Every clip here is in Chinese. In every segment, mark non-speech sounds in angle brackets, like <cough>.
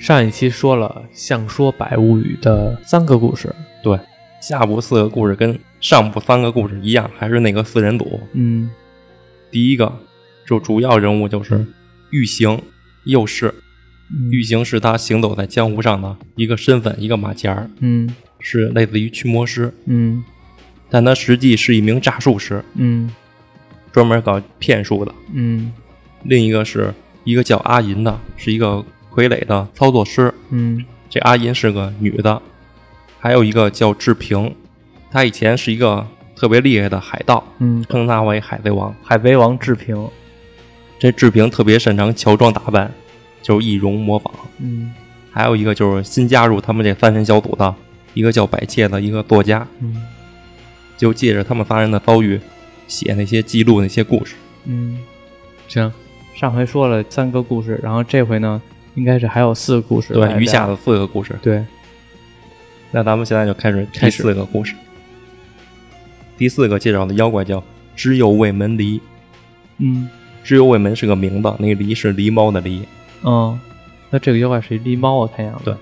上一期说了《相说百物语》的三个故事，对，下部四个故事跟上部三个故事一样，还是那个四人组。嗯第一个就主要人物就是玉行右氏，嗯玉行是他行走在江湖上的一个身份，一个马甲儿，嗯是类似于驱魔师，嗯但他实际是一名诈术师，嗯专门搞骗术的。嗯另一个是一个叫阿银的，是一个傀儡的操作师，嗯这阿银是个女的，还有一个叫志平，她以前是一个特别厉害的海盗，嗯，称她为海贼王。海贼王志平，这志平特别擅长乔装打扮，就是易容模仿。嗯还有一个就是新加入他们这三人小组的一个叫百切的一个作家，嗯就借着他们仨人的遭遇，写那些记录那些故事。嗯，行，上回说了三个故事，然后这回呢，应该是还有四个故事来对，聊，余下的四个故事，对，那咱们现在就开始开第始四个故事。第四个介绍的妖怪叫知右卫门狸，嗯知右卫门是个名字，那个狸是狸猫的狸。嗯，那这个妖怪是一狸猫啊，看样子，对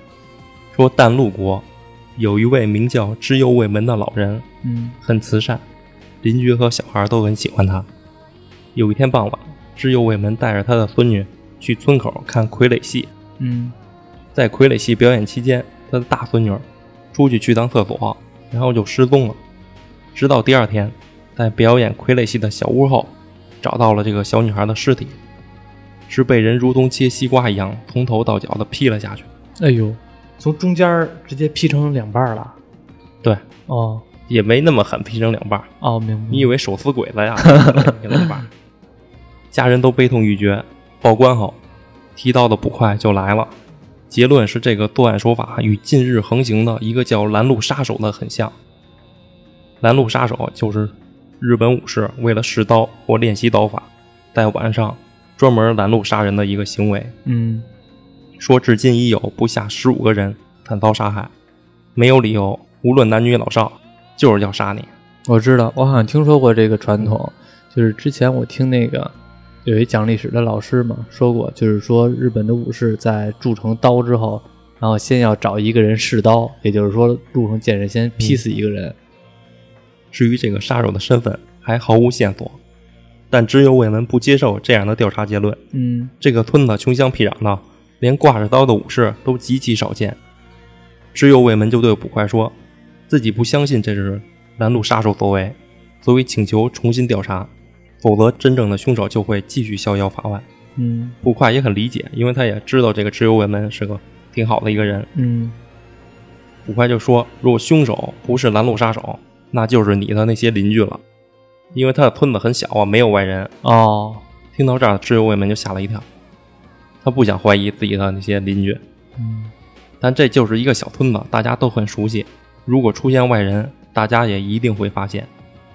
说淡路国有一位名叫知右卫门的老人，嗯很慈善，邻居和小孩都很喜欢他。有一天傍晚，知右卫门带着他的孙女去村口看傀儡戏，嗯在傀儡戏表演期间，他的大孙女儿出去去趟厕所，然后就失踪了。直到第二天，在表演傀儡戏的小屋后，找到了这个小女孩的尸体，是被人如同切西瓜一样从头到脚的劈了下去。哎呦，从中间儿直接劈成两半儿了。对，哦也没那么狠，劈成两半儿。哦，明白。你以为手撕鬼子呀？给两半儿。家人都悲痛欲绝。报官后，提到的捕快就来了。结论是这个作案手法与近日横行的一个叫拦路杀手的很像。拦路杀手就是日本武士为了试刀或练习刀法，在晚上专门拦路杀人的一个行为。嗯说至今已有不下十五个人惨遭杀害，没有理由，无论男女老少，就是要杀你。，我知道，我好像听说过这个传统，就是之前我听那个有一讲历史的老师嘛说过，就是说日本的武士在铸成刀之后，然后先要找一个人试刀，也就是说路上见人先劈死一个人。至于这个杀手的身份，还毫无线索。但只有卫门不接受这样的调查结论。嗯这个村子穷乡僻壤的，连挂着刀的武士都极其少见。只有卫门就对捕快说，自己不相信这是拦路杀手所为，所以请求重新调查，否则真正的凶手就会继续逍遥法外。嗯捕快也很理解，因为他也知道这个只有卫门是个挺好的一个人。嗯捕快就说：“如果凶手不是拦路杀手，那就是你的那些邻居了，因为他的村子很小啊，没有外人。哦”听到这儿，知右卫门就吓了一跳，他不想怀疑自己的那些邻居，嗯但这就是一个小村子，大家都很熟悉。如果出现外人，大家也一定会发现，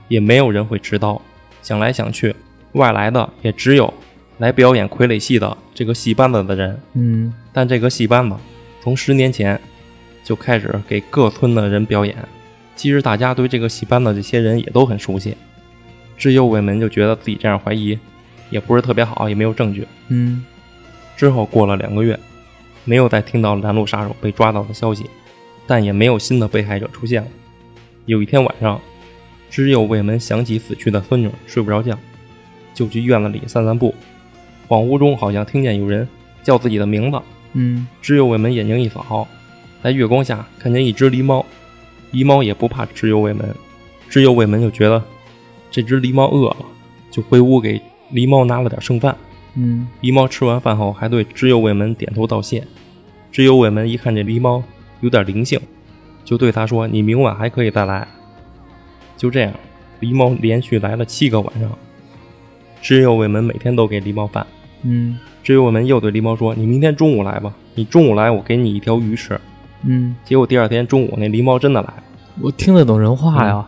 也没有人会持刀。想来想去，外来的也只有来表演傀儡戏的这个戏班子的人。嗯但这个戏班子从十年前就开始给各村的人表演。其实大家对这个戏班子这些人也都很熟悉。知右卫门就觉得自己这样怀疑也不是特别好，也没有证据。嗯之后过了两个月，没有再听到拦路杀手被抓到的消息，但也没有新的被害者出现了。有一天晚上，知右卫门想起死去的孙女，睡不着觉，就去院子里散散步。恍惚中好像听见有人叫自己的名字，嗯知右卫门眼睛一扫，在月光下看见一只狸猫，狸猫也不怕知右卫门，知右卫门就觉得这只狸猫饿了，就回屋给狸猫拿了点剩饭。嗯狸猫吃完饭后还对知右卫门点头道谢。知右卫门一看这狸猫有点灵性，就对他说：“你明晚还可以再来。”就这样，狸猫连续来了七个晚上。知右卫门每天都给狸猫饭，嗯知右卫门又对狸猫说：“你明天中午来吧，你中午来，我给你一条鱼吃。嗯，”结果第二天中午，那狸猫真的来了。我听得懂人话呀。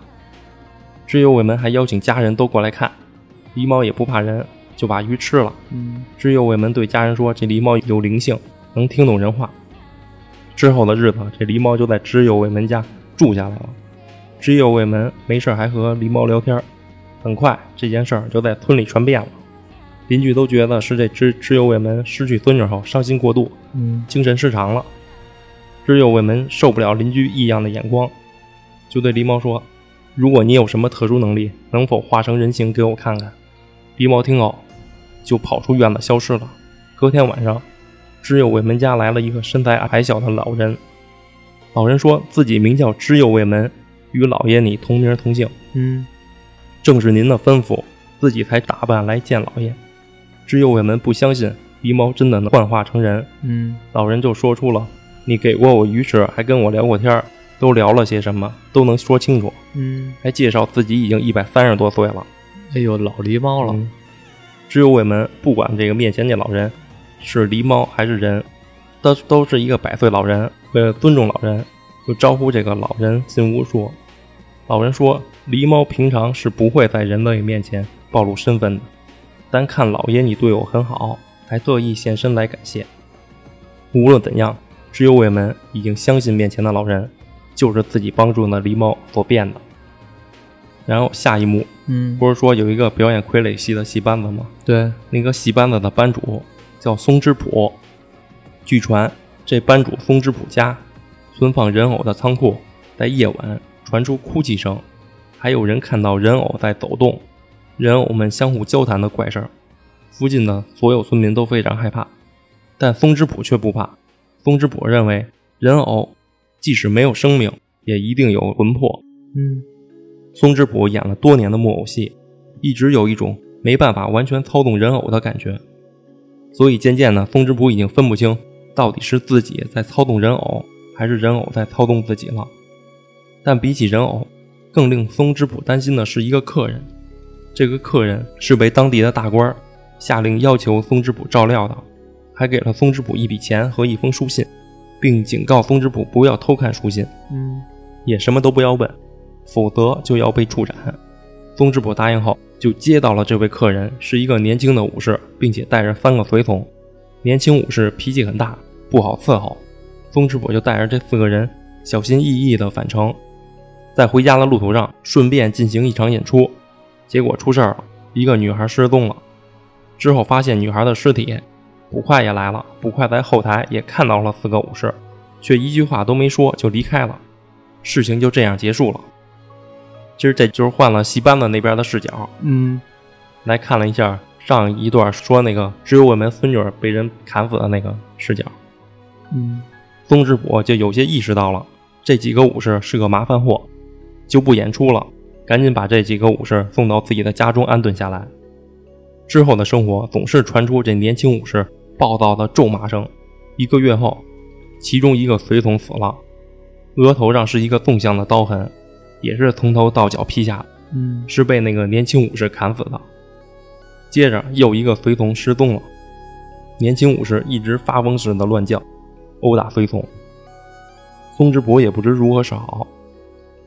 知右卫门还邀请家人都过来看，狸猫也不怕人，就把鱼吃了。嗯知右卫门对家人说：“这狸猫有灵性，能听懂人话。”之后的日子，这狸猫就在知右卫门家住下来了。知右卫门没事儿还和狸猫聊天儿，很快这件事儿就在村里传遍了。邻居都觉得是这知知右卫门失去孙女后伤心过度，嗯精神失常了。知右卫门受不了邻居异样的眼光，就对狸猫说：“如果你有什么特殊能力，能否化成人形给我看看？”狸猫听后，就跑出院子消失了。隔天晚上，知右卫门家来了一个身材矮小的老人。老人说自己名叫知右卫门，与老爷你同名同姓。嗯正是您的吩咐，自己才打扮来见老爷。知右卫门不相信狸猫真的能幻化成人，嗯老人就说出了：“你给过我鱼吃，还跟我聊过天儿，都聊了些什么，都能说清楚，嗯，还介绍自己已经一百三十多岁了。哎呦，老狸猫了，嗯”知右卫门不管这个面前这老人是狸猫还是人，都都是一个百岁老人。为了尊重老人，就招呼这个老人进屋说：“老人说，狸猫平常是不会在人类面前暴露身份的，但看老爷你对我很好，才特意现身来感谢。无论怎样，知右卫门已经相信面前的老人就是自己帮助那狸猫所变的。”然后下一幕嗯，不是说有一个表演傀儡戏的戏班子吗？对，那个戏班子的班主叫松之浦。据传，这班主松之浦家存放人偶的仓库，在夜晚传出哭泣声，还有人看到人偶在走动，人偶们相互交谈的怪事儿。附近的所有村民都非常害怕，但松之浦却不怕。松之浦认为，人偶即使没有生命，也一定有魂魄。嗯松之浦演了多年的木偶戏，一直有一种没办法完全操纵人偶的感觉，所以渐渐呢，松之浦已经分不清到底是自己在操纵人偶，还是人偶在操纵自己了。但比起人偶，更令松之浦担心的是一个客人，这个客人是被当地的大官儿下令要求松之浦照料的，还给了松之浦一笔钱和一封书信，并警告松之浦不要偷看书信。嗯也什么都不要问，否则就要被处斩。宗之浦答应后，就接到了这位客人是一个年轻的武士，并且带着三个随从。年轻武士脾气很大，不好伺候。宗之浦就带着这四个人小心翼翼地返程，在回家的路途上顺便进行一场演出。结果出事儿了，一个女孩失踪了。之后发现女孩的尸体，捕快也来了。捕快在后台也看到了四个武士，却一句话都没说就离开了。事情就这样结束了。其实这就是换了戏班子那边的视角嗯来看了一下上一段说那个只有我们孙女儿被人砍死的那个视角，嗯宗之浦就有些意识到了这几个武士是个麻烦货，就不演出了，赶紧把这几个武士送到自己的家中安顿下来。之后的生活总是传出这年轻武士暴躁的咒骂声。一个月后，其中一个随从死了，额头上是一个纵向的刀痕，也是从头到脚劈下的。嗯是被那个年轻武士砍死的。接着又一个随从失踪了，年轻武士一直发疯似的乱叫，殴打随从。松之浦也不知如何是好，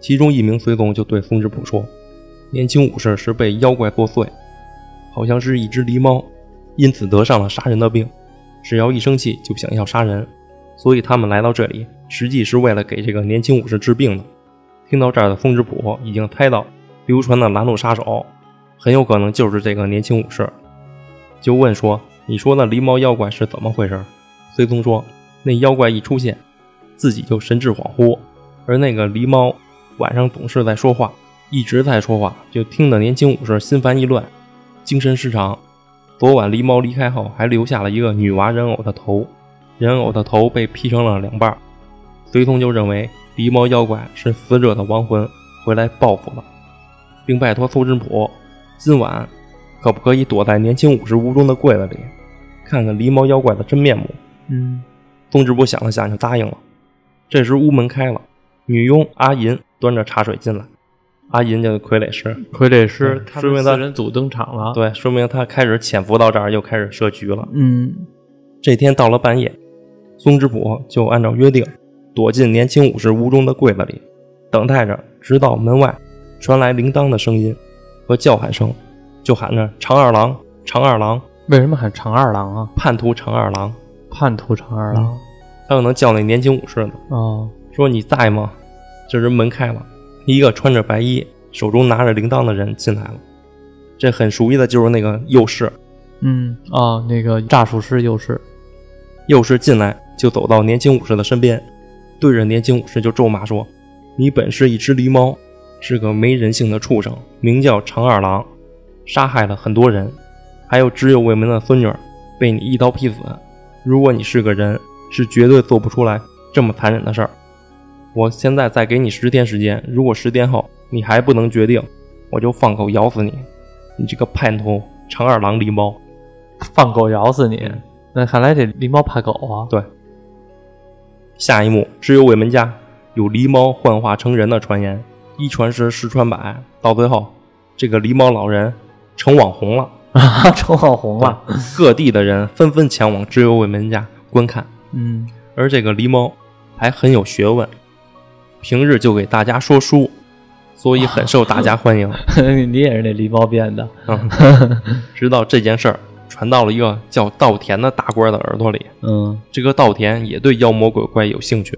其中一名随从就对松之浦说：“年轻武士是被妖怪作祟，好像是一只狸猫，因此得上了杀人的病，只要一生气就想要杀人，所以他们来到这里，实际是为了给这个年轻武士治病的。”听到这儿的风之浦已经猜到流传的拦路杀手很有可能就是这个年轻武士，就问说：“你说那狸猫妖怪是怎么回事？”随从说：“那妖怪一出现，自己就神志恍惚，而那个狸猫晚上总是在说话，一直在说话，就听得年轻武士心烦意乱，精神失常。昨晚狸猫离开后，还留下了一个女娃人偶的头，人偶的头被劈成了两半儿。随从就认为狸猫妖怪是死者的亡魂回来报复了，并拜托苏之浦今晚可不可以躲在年轻武士屋中的柜子里，看看狸猫妖怪的真面目。嗯宗之浦想了想，就答应了。这时屋门开了，女佣阿银端着茶水进来，阿银就是傀儡师，傀儡师嗯他说们明他四人组登场了，，对，说明他开始潜伏到这儿，又开始设局了。嗯这天到了半夜，松之浦就按照约定躲进年轻武士屋中的柜子里，等待着，直到门外传来铃铛的声音和叫喊声，就喊着“长二郎，长二郎，为什么喊长二郎啊？叛徒长二郎叛徒长二”，郎他可能叫那年轻武士呢，哦，说：“你在吗？”这时门开了，一个穿着白衣、手中拿着铃铛的人进来了，这很熟悉的就是那个右侍，哦嗯啊，那个诈术师又是，又是进来就走到年轻武士的身边，对着年轻武士就咒骂说：“你本是一只狸猫，是个没人性的畜生，名叫长二郎，杀害了很多人，还有知有卫门的孙女儿被你一刀劈死。如果你是个人，是绝对做不出来这么残忍的事儿。我现在再给你十天时间，如果十天后你还不能决定，我就放狗咬死你！你这个叛徒，长二郎狸猫！放狗咬死你。那看来这狸猫怕狗啊。对下一幕，只有卫门家有狸猫幻化成人的传言，一传十，十传百，到最后，这个狸猫老人成网红了， <laughs> 啊，成网红了。各地的人纷纷前往知有卫门家观看。嗯，而这个狸猫还很有学问，平日就给大家说书，所以很受大家欢 <laughs> 迎。 <laughs> 你也是那狸猫变的。嗯，直到这件事儿传到了一个叫稻田的大官的耳朵里，嗯这个稻田也对妖魔鬼怪有兴趣，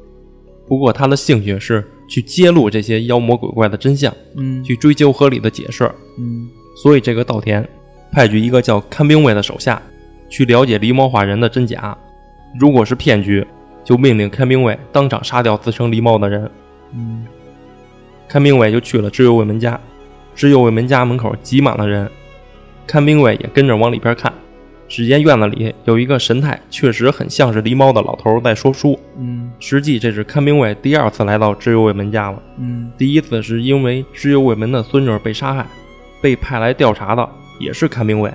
不过他的兴趣是去揭露这些妖魔鬼怪的真相，嗯去追究合理的解释。嗯所以这个稻田派去一个叫看兵卫的手下去了解狸猫化人的真假，如果是骗局，就命令看兵卫当场杀掉自称狸猫的人。嗯看兵卫就去了知右卫门家，知右卫门家门口挤满了人，看兵卫也跟着往里边看。只见院子里有一个神态确实很像是狸猫的老头在说书，嗯实际这是看兵卫第二次来到知右卫门家了。嗯第一次是因为知右卫门的孙女儿被杀害，被派来调查的也是看兵卫。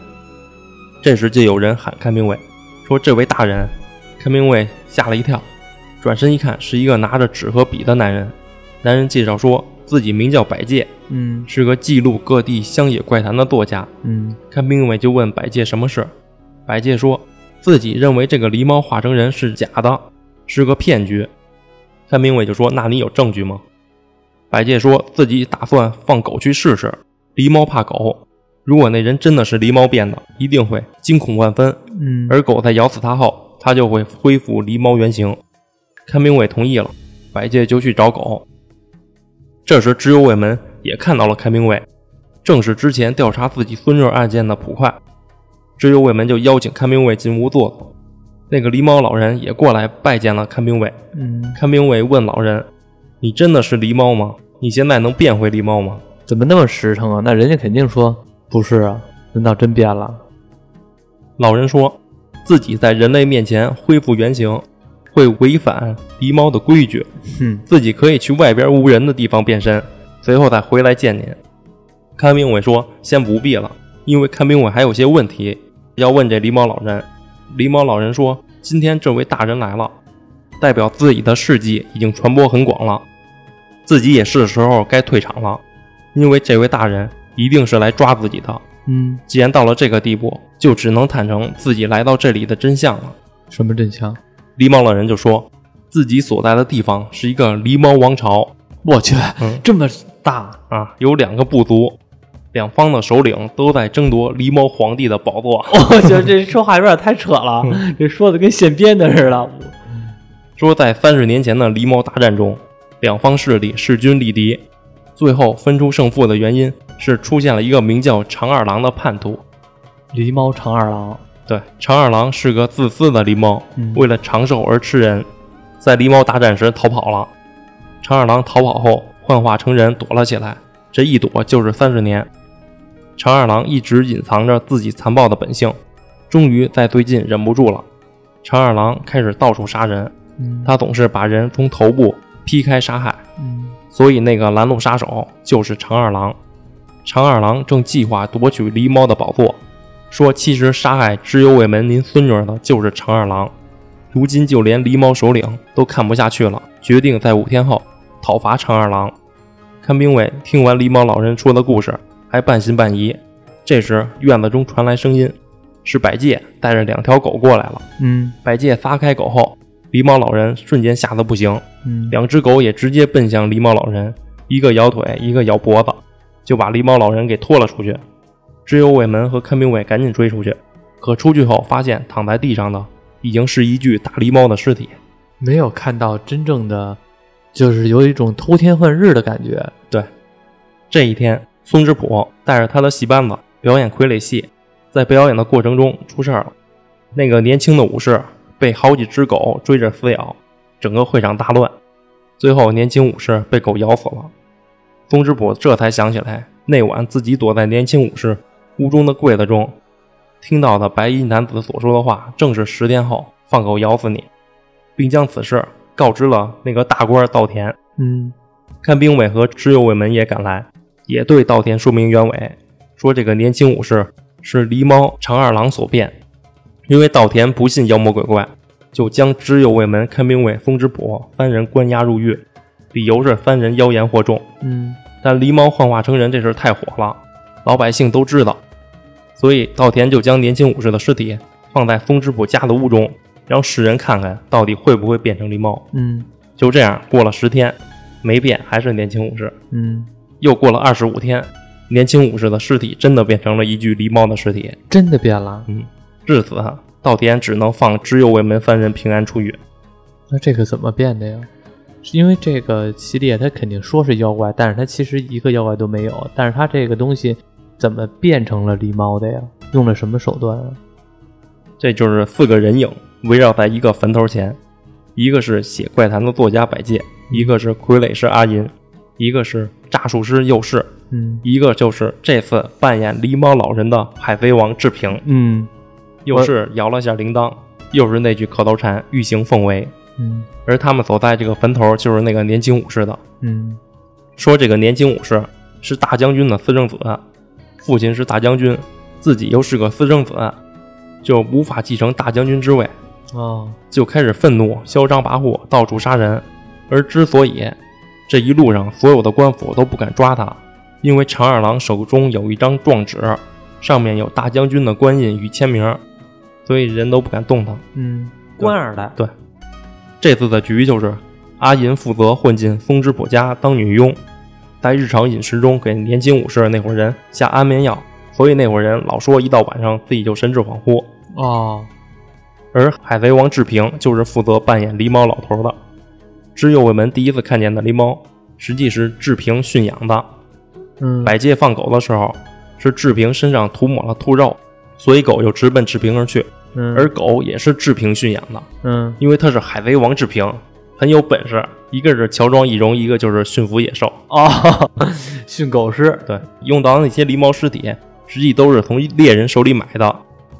这时就有人喊看兵卫，说这位大人。看兵卫吓了一跳，转身一看是一个拿着纸和笔的男人。男人介绍说自己名叫百介，嗯是个记录各地乡野怪谈的作家。嗯看兵卫就问百介什么事，百介说自己认为这个狸猫化成人是假的，是个骗局。看兵卫就说：“那你有证据吗？”百介说自己打算放狗去试试，狸猫怕狗，如果那人真的是狸猫变的，一定会惊恐万分，嗯而狗在咬死它后，它就会恢复狸猫原形。看兵卫同意了，百介就去找狗。这时，知有卫门也看到了看兵卫，正是之前调查自己孙女案件的捕快。知有卫门就邀请看兵卫进屋坐坐。那个狸猫老人也过来拜见了看兵卫。嗯，看兵卫问老人：“你真的是狸猫吗？你现在能变回狸猫吗怎么那么实诚啊？那人家肯定说不是啊，难道真变了？？”老人说：“自己在人类面前恢复原形，会违反狸猫的规矩。”哼，自己可以去外边无人的地方变身，随后再回来见您。看病卫说：“先不必了，因为看病卫还有些问题要问这狸猫老人。”狸猫老人说：“今天这位大人来了，代表自己的事迹已经传播很广了，自己也是时候该退场了，因为这位大人一定是来抓自己的。嗯，既然到了这个地步，就只能坦诚自己来到这里的真相了。”什么真相？狸猫老人就说自己所在的地方是一个狸猫王朝，我去，嗯这么 <laughs> 大，啊，有两个部族，两方的首领都在争夺狸猫皇帝的宝座。我觉得这说话有点太扯了，这说的跟现编的似的。说在三十年前的狸猫大战中，两方势力势均力敌，最后分出胜负的原因是出现了一个名叫长二郎的叛徒。狸猫长二郎，对，长二郎是个自私的狸猫，嗯为了长寿而吃人，在狸猫大战时逃跑了。长二郎逃跑后幻化成人躲了起来，这一躲就是三十年。长二郎一直隐藏着自己残暴的本性，终于在最近忍不住了。长二郎开始到处杀人，嗯他总是把人从头部劈开杀害，嗯所以那个拦路杀手就是长二郎。长二郎正计划夺取狸猫的宝座，说其实杀害知有卫门您孙女儿的就是长二郎。如今就连狸猫首领都看不下去了，决定在五天后讨伐长二郎。看兵卫听完狸猫老人说的故事，还半信半疑。这时院子中传来声音，是百介带着两条狗过来了。嗯百介撒开狗后，狸猫老人瞬间吓得不行，嗯，两只狗也直接奔向狸猫老人，一个咬腿，一个咬脖子，就把狸猫老人给拖了出去。知有卫门和看病卫赶紧追出去，可出去后发现躺在地上的已经是一具大狸猫的尸体。没有看到真正的，就是有一种偷天换日的感觉。这一天，松之浦带着他的戏班子表演傀儡戏，在表演的过程中出事儿了。那个年轻的武士被好几只狗追着撕咬，整个会场大乱。最后，年轻武士被狗咬死了。宗之浦这才想起来，那晚自己躲在年轻武士屋中的柜子中，听到的白衣男子所说的话，正是十天后放狗咬死你，并将此事告知了那个大官稻田。嗯看兵卫和知右卫门也赶来，也对稻田说明原委，说这个年轻武士是狸猫长二郎所变。因为稻田不信妖魔鬼怪，就将知右卫门、看兵卫、风之浦三人关押入狱，理由是三人妖言惑众。嗯但狸猫幻化成人这事太火了，老百姓都知道，所以稻田就将年轻武士的尸体放在风之浦家的屋中，让世人看看到底会不会变成狸猫。嗯就这样过了十天，没变，还是年轻武士。嗯，又过了二十五天，年轻武士的尸体真的变成了一具狸猫的尸体。真的变了，至此啊，稻田只能放知右卫门三人平安出狱。那这个怎么变的呀？是因为这个系列它肯定说是妖怪，但是它其实一个妖怪都没有，但是它这个东西怎么变成了狸猫的呀？用了什么手段啊？这就是四个人影围绕在一个坟头前，一个是写怪谈的作家百介，一个是傀儡师阿银，一个是诈术师右士，嗯一个就是这次扮演狸猫老人的海贼王志平。嗯右士摇了下铃铛，又是那句口头禅“欲行奉为嗯”，而他们所在这个坟头就是那个年轻武士的。嗯说这个年轻武士是大将军的私生子，啊父亲是大将军，自己又是个私生子，啊就无法继承大将军之位，哦就开始愤怒、嚣张跋扈，到处杀人。而之所以这一路上所有的官府都不敢抓他，因为长二郎手中有一张状纸，上面有大将军的官印与签名，所以人都不敢动他。嗯，官二代对，这次的局就是阿银负责混进风之浦家当女佣，在日常饮食中给年轻武士那伙人下安眠药，所以那伙人老说一到晚上自己就神志恍惚。哦而海贼王志平就是负责扮演狸猫老头的。知右卫门第一次看见的狸猫，实际是志平驯养的。嗯百介放狗的时候，是志平身上涂抹了兔肉，所以狗就直奔志平而去。嗯而狗也是志平驯养的，嗯因为他是海贼王志平，很有本事。一个是乔装易容，一个就是驯服野兽。哦，训狗师哦对，用到那些狸猫尸体，实际都是从猎人手里买的。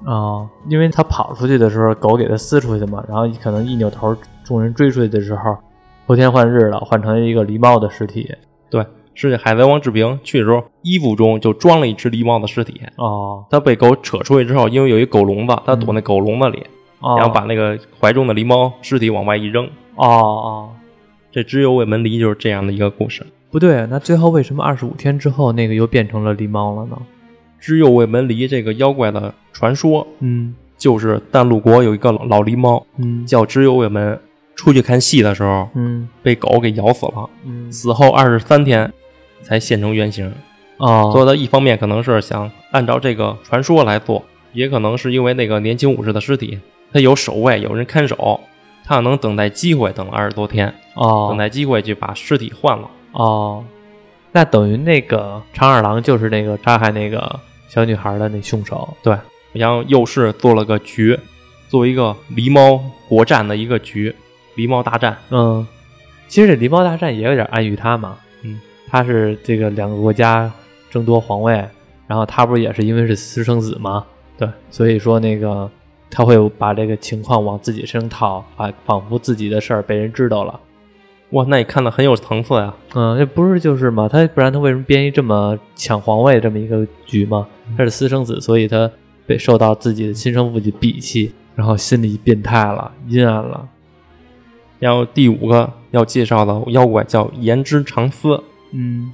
哦，因为他跑出去的时候，狗给他撕出去的嘛，然后可能一扭头，众人追出去的时候，头天换日了，换成一个狸猫的尸体对，是海贼王志平去的时候，衣服中就装了一只狸猫的尸体。哦他被狗扯出去之后，因为有一狗笼子，他躲那狗笼子里，哦，然后把那个怀中的狸猫尸体往外一扔。哦哦。这只有卫门离就是这样的一个故事。不对，那最后为什么二十五天之后那个又变成了狸猫了呢？知右卫门离这个妖怪的传说，嗯就是淡路国有一个老老狸猫嗯叫知右卫门，出去看戏的时候嗯被狗给咬死了，嗯死后二十三天才现成原形。所哦以他一方面可能是想按照这个传说来做，也可能是因为那个年轻武士的尸体，他有守卫，有人看守，他能等待机会，等了二十多天，等哦待机会去把尸体换了。哦，那等于那个长二郎就是那个杀害那个小女孩的那凶手。对，然后右氏做了个局，做一个狸猫国战的一个局，狸猫大战。嗯，其实这狸猫大战也有点暗喻他嘛。嗯，他是这个两个国家争夺皇位，然后他不是也是因为是私生子吗？对，所以说那个他会把这个情况往自己身上套，啊，仿佛自己的事儿被人知道了。哇，那你看的很有层次呀、嗯，那不是就是嘛？他不然他为什么编一这么抢皇位这么一个局嘛？他是私生子，所以他被受到自己的亲生父亲鄙弃，然后心里变态了，阴暗了。然后第五个要介绍的妖怪叫岩之长司，嗯，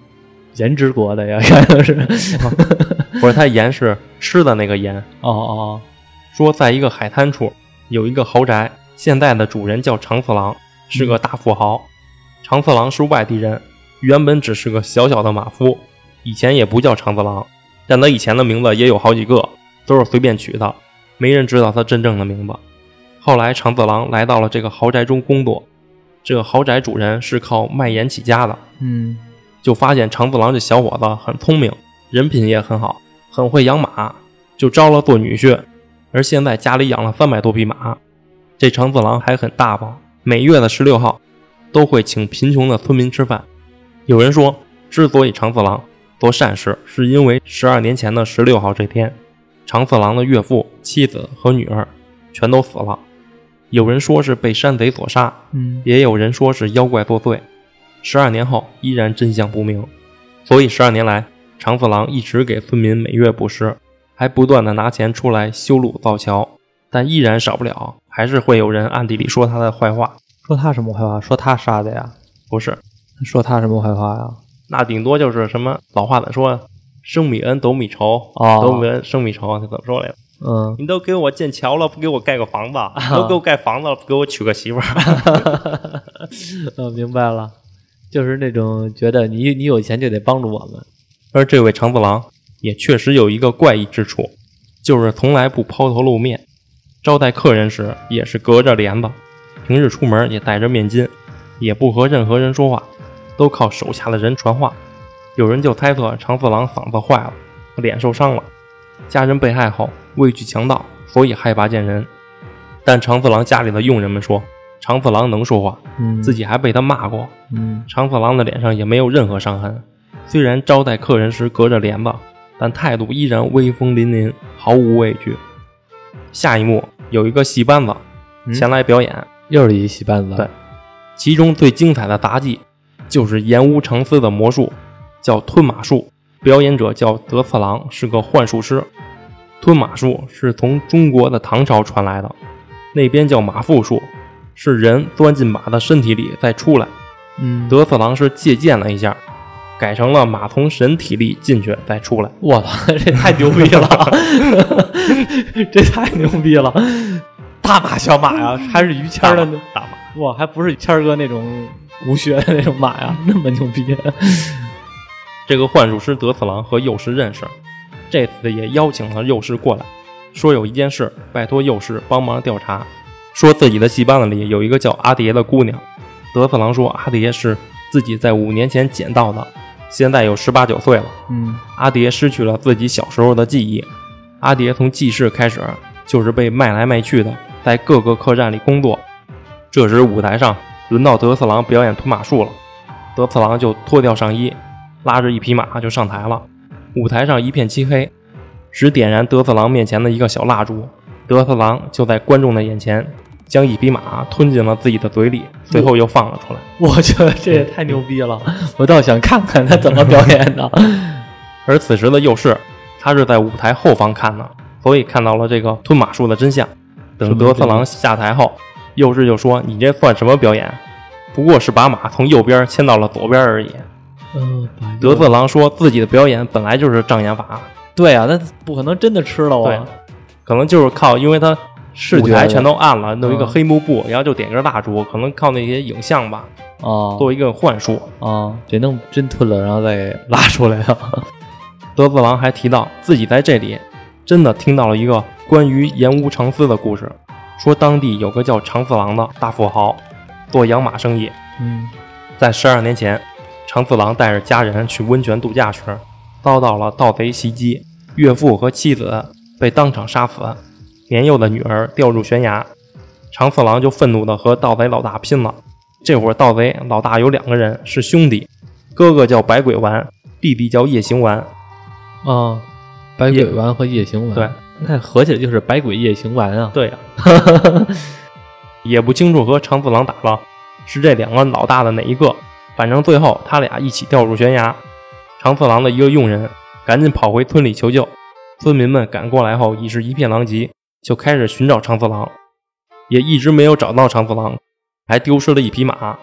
颜值国的呀，看来是。不是他盐是吃的那个盐，哦哦，说在一个海滩处有一个豪宅，现在的主人叫长次郎，是个大富豪。长次郎是外地人，原本只是个小小的马夫，以前也不叫长次郎，但他以前的名字也有好几个，都是随便取的，没人知道他真正的名字。后来长次郎来到了这个豪宅中工作，这个豪宅主人是靠卖盐起家的，嗯就发现长次郎这小伙子很聪明，人品也很好，很会养马，就招了做女婿。而现在家里养了三百多匹马，这长次郎还很大方，每月的十六号都会请贫穷的村民吃饭。有人说，之所以长次郎做善事，是因为十二年前的十六号这天，长次郎的岳父、妻子和女儿全都死了。有人说是被山贼所杀，嗯也有人说是妖怪作祟。十二年后依然真相不明，所以十二年来，长次郎一直给村民每月布施，还不断的拿钱出来修路造桥，但依然少不了还是会有人暗地里说他的坏话。说他什么坏话？说他杀的呀？不是，说他什么坏话呀？那顶多就是什么老话怎么说？升米恩，斗米仇，哦斗米恩，升米仇，他怎么说来着？嗯，你都给我建桥了，不给我盖个房子；你都给我盖房子了，不给我娶个媳妇儿。呃，明白了，就是那种觉得你你有钱就得帮助我们。而这位长次郎也确实有一个怪异之处，就是从来不抛头露面，招待客人时也是隔着帘子，平日出门也戴着面巾，也不和任何人说话，都靠手下的人传话。有人就猜测长次郎嗓子坏了，脸受伤了，家人被害后畏惧强盗，所以害怕见人。但长次郎家里的佣人们说，长次郎能说话，嗯，自己还被他骂过，嗯长次郎的脸上也没有任何伤痕。虽然招待客人时隔着帘子，但态度依然威风凛凛，毫无畏惧。下一幕有一个戏班子嗯前来表演，又是一戏班子。对其中最精彩的杂技就是延乌长司的魔术，叫吞马术。表演者叫德次郎，是个幻术师。吞马术是从中国的唐朝传来的，那边叫马腹术，是人钻进马的身体里再出来。嗯，德次郎是借鉴了一下，改成了马从神体力进去再出来。我操，这太牛逼了， <laughs> 这太牛逼了！大马小马呀，还是于谦儿的那大马，哇，还不是谦儿哥那种骨血的那种马呀， <laughs> 那么牛逼！这个幻术师德次郎和幼师认识，这次也邀请了幼师过来，说有一件事拜托幼师帮忙调查，说自己的戏班子里有一个叫阿蝶的姑娘。德次郎说阿蝶是自己在五年前捡到的，现在有十八九岁了。嗯阿蝶失去了自己小时候的记忆。阿蝶从记事开始就是被卖来卖去的，在各个客栈里工作。这时舞台上轮到德次郎表演吞马术了，德次郎就脱掉上衣，拉着一匹马就上台了。舞台上一片漆黑，只点燃德次郎面前的一个小蜡烛，德次郎就在观众的眼前将一匹马吞进了自己的嘴里，随后又放了出来。我觉得这也太牛逼了，我倒想看看他怎么表演 <laughs> 的。而此时的右室，他是在舞台后方看的，所以看到了这个吞马术的真相。什等么德次郎下台后，右室就说：“你这算什么表演？不过是把马从右边牵到了左边而已。嗯，”德次郎说自己的表演本来就是障眼法，对啊，那不可能真的吃了对我，，可能就是靠，因为他哦视舞觉台的全都暗了，弄一个嗯黑幕布，然后就点根蜡烛，可能靠那些影像吧，哦做一个幻术。哦，得弄真吞了，然后再给拉出来啊。德次郎还提到自己在这里真的听到了一个关于盐屋长司的故事，说当地有个叫长次郎的大富豪做养马生意，嗯在十二年前，长次郎带着家人去温泉度假时，遭到了盗贼袭击，岳父和妻子被当场杀死，年幼的女儿掉入悬崖。长次郎就愤怒地和盗贼老大拼了。这会儿盗贼老大有两个人是兄弟，哥哥叫百鬼丸，弟弟叫夜行丸。啊，百夜鬼丸和夜行丸，对，那合起来就是百鬼夜行丸 <laughs> 啊。对呀、也不清楚和长次郎打了是这两个老大的哪一个，反正最后他俩一起掉入悬崖。长次郎的一个佣人赶紧跑回村里求救，村民们赶过来后已是一片狼藉，就开始寻找长次郎，也一直没有找到长次郎，还丢失了一匹马。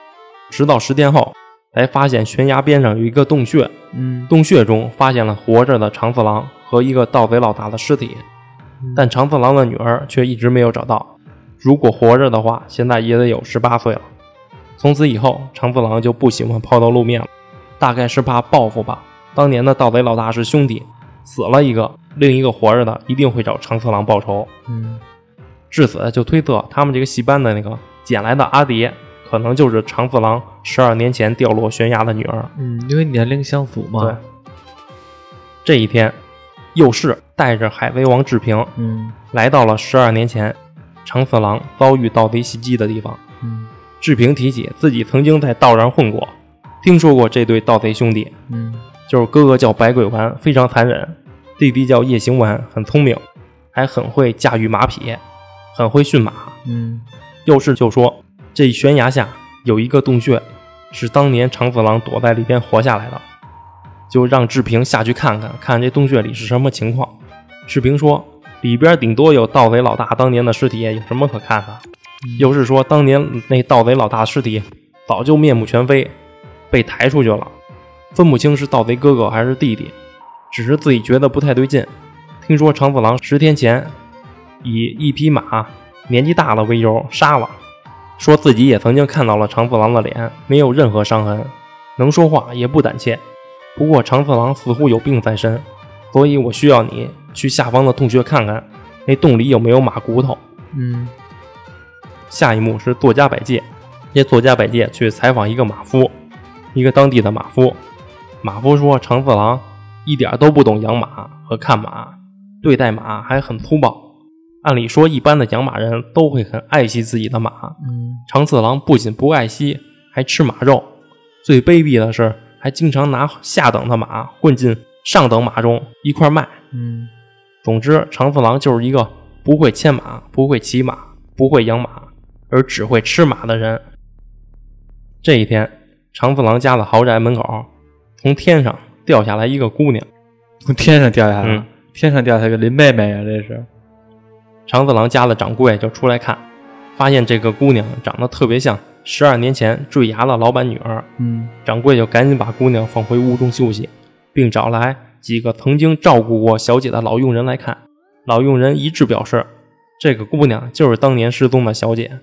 直到十天后，才发现悬崖边上有一个洞穴，嗯，洞穴中发现了活着的长次郎和一个盗贼老大的尸体，嗯但长次郎的女儿却一直没有找到。如果活着的话，现在也得有十八岁了。从此以后，长次郎就不喜欢抛头露面了，大概是怕报复吧。当年的盗贼老大是兄弟，死了一个，另一个活着的一定会找长次郎报仇。嗯至此就推测他们这个戏班的那个捡来的阿蝶，可能就是长次郎十二年前掉落悬崖的女儿。嗯，因为年龄相符嘛。对，，这一天，右氏带着海贼王志平嗯来到了十二年前，长次郎遭遇盗贼袭击的地方。嗯志平提起自己曾经在道上混过，听说过这对盗贼兄弟，嗯就是哥哥叫百鬼丸，非常残忍；弟弟叫夜行丸，很聪明，还很会驾驭马匹，很会驯马。嗯幼师就说，这悬崖下有一个洞穴，是当年长次郎躲在里边活下来的，就让志平下去看看，看这洞穴里是什么情况。志平说，里边顶多有盗贼老大当年的尸体，有什么可看的？幼师说，当年那盗贼老大尸体早就面目全非，被抬出去了，分不清是盗贼哥哥还是弟弟，只是自己觉得不太对劲。听说长次郎十天前以一匹马年纪大了为由杀了，说自己也曾经看到了长次郎的脸，没有任何伤痕，能说话也不胆怯。不过长次郎似乎有病在身，所以我需要你去下方的洞穴看看，那洞里有没有马骨头。嗯下一幕是作家百介，这作家百介去采访一个马夫，一个当地的马夫。马夫说，长次郎一点都不懂养马和看马，对待马还很粗暴。按理说，一般的养马人都会很爱惜自己的马，嗯长次郎不仅不爱惜，还吃马肉。最卑鄙的是，还经常拿下等的马混进上等马中一块卖。嗯总之，长次郎就是一个不会牵马、不会骑马、不会养马，而只会吃马的人。这一天，长次郎家的豪宅门口，从天上掉下来一个姑娘。从天上掉下来了嗯，天上掉下来个林妹妹呀，这是长次郎家的掌柜就出来看，发现这个姑娘长得特别像十二年前坠崖的老板女儿。嗯掌柜就赶紧把姑娘放回屋中休息，并找来几个曾经照顾过小姐的老佣人来看。老佣人一致表示，这个姑娘就是当年失踪的小姐。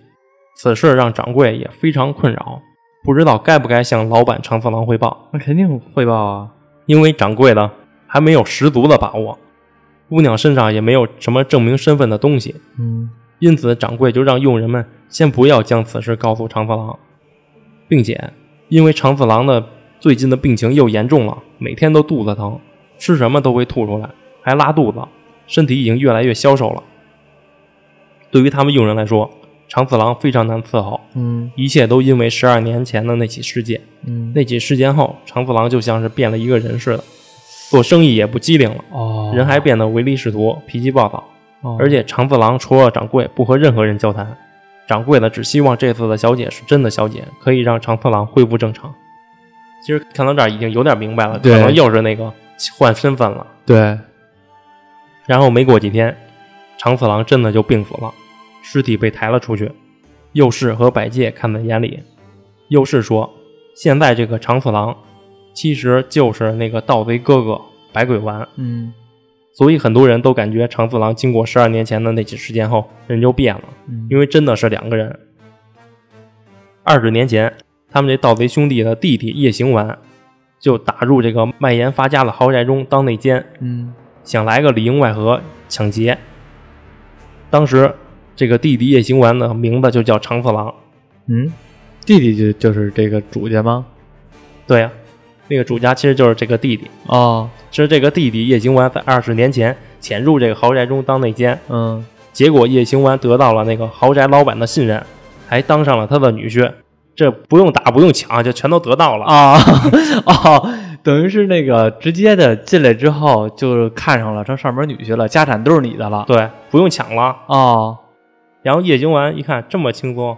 此事让掌柜也非常困扰，不知道该不该向老板长次郎汇报，那肯定汇报啊，因为掌柜呢还没有十足的把握，姑娘身上也没有什么证明身份的东西，嗯因此，掌柜就让佣人们先不要将此事告诉长次郎，并且因为长次郎的最近的病情又严重了，每天都肚子疼，吃什么都会吐出来，还拉肚子，身体已经越来越消瘦了。对于他们佣人来说，长次郎非常难伺候，嗯一切都因为十二年前的那起事件。嗯那起事件后，长次郎就像是变了一个人似的，做生意也不机灵了，哦，人还变得唯利是图，脾气暴躁。哦而且长次郎除了掌柜，不和任何人交谈。掌柜的只希望这次的小姐是真的小姐，可以让长次郎恢复正常。其实看到这儿已经有点明白了，可对能又是那个换身份了。对，然后没过几天，长次郎真的就病死了，尸体被抬了出去。右氏和百介看在眼里。右氏说：“现在这个长次郎，其实就是那个盗贼哥哥百鬼丸。”嗯所以很多人都感觉长次郎经过十二年前的那起事件后，人就变了，嗯因为真的是两个人。二十年前，他们这盗贼兄弟的弟弟夜行丸就打入这个卖盐发家的豪宅中当内奸，嗯想来个里应外合抢劫。当时这个弟弟夜行丸的名字就叫长次郎，嗯，弟弟就就是这个主家吗？对呀、那个主家其实就是这个弟弟。哦，其实这个弟弟夜行丸在二十年前潜入这个豪宅中当内奸，嗯结果叶行丸得到了那个豪宅老板的信任，还当上了他的女婿。这不用打，不用抢，就全都得到了。 <laughs> 啊哦， <laughs> 等于是那个直接的进来之后就看上了，成上门女婿了，家产都是你的了。对，不用抢了。哦，然后叶行丸一看这么轻松，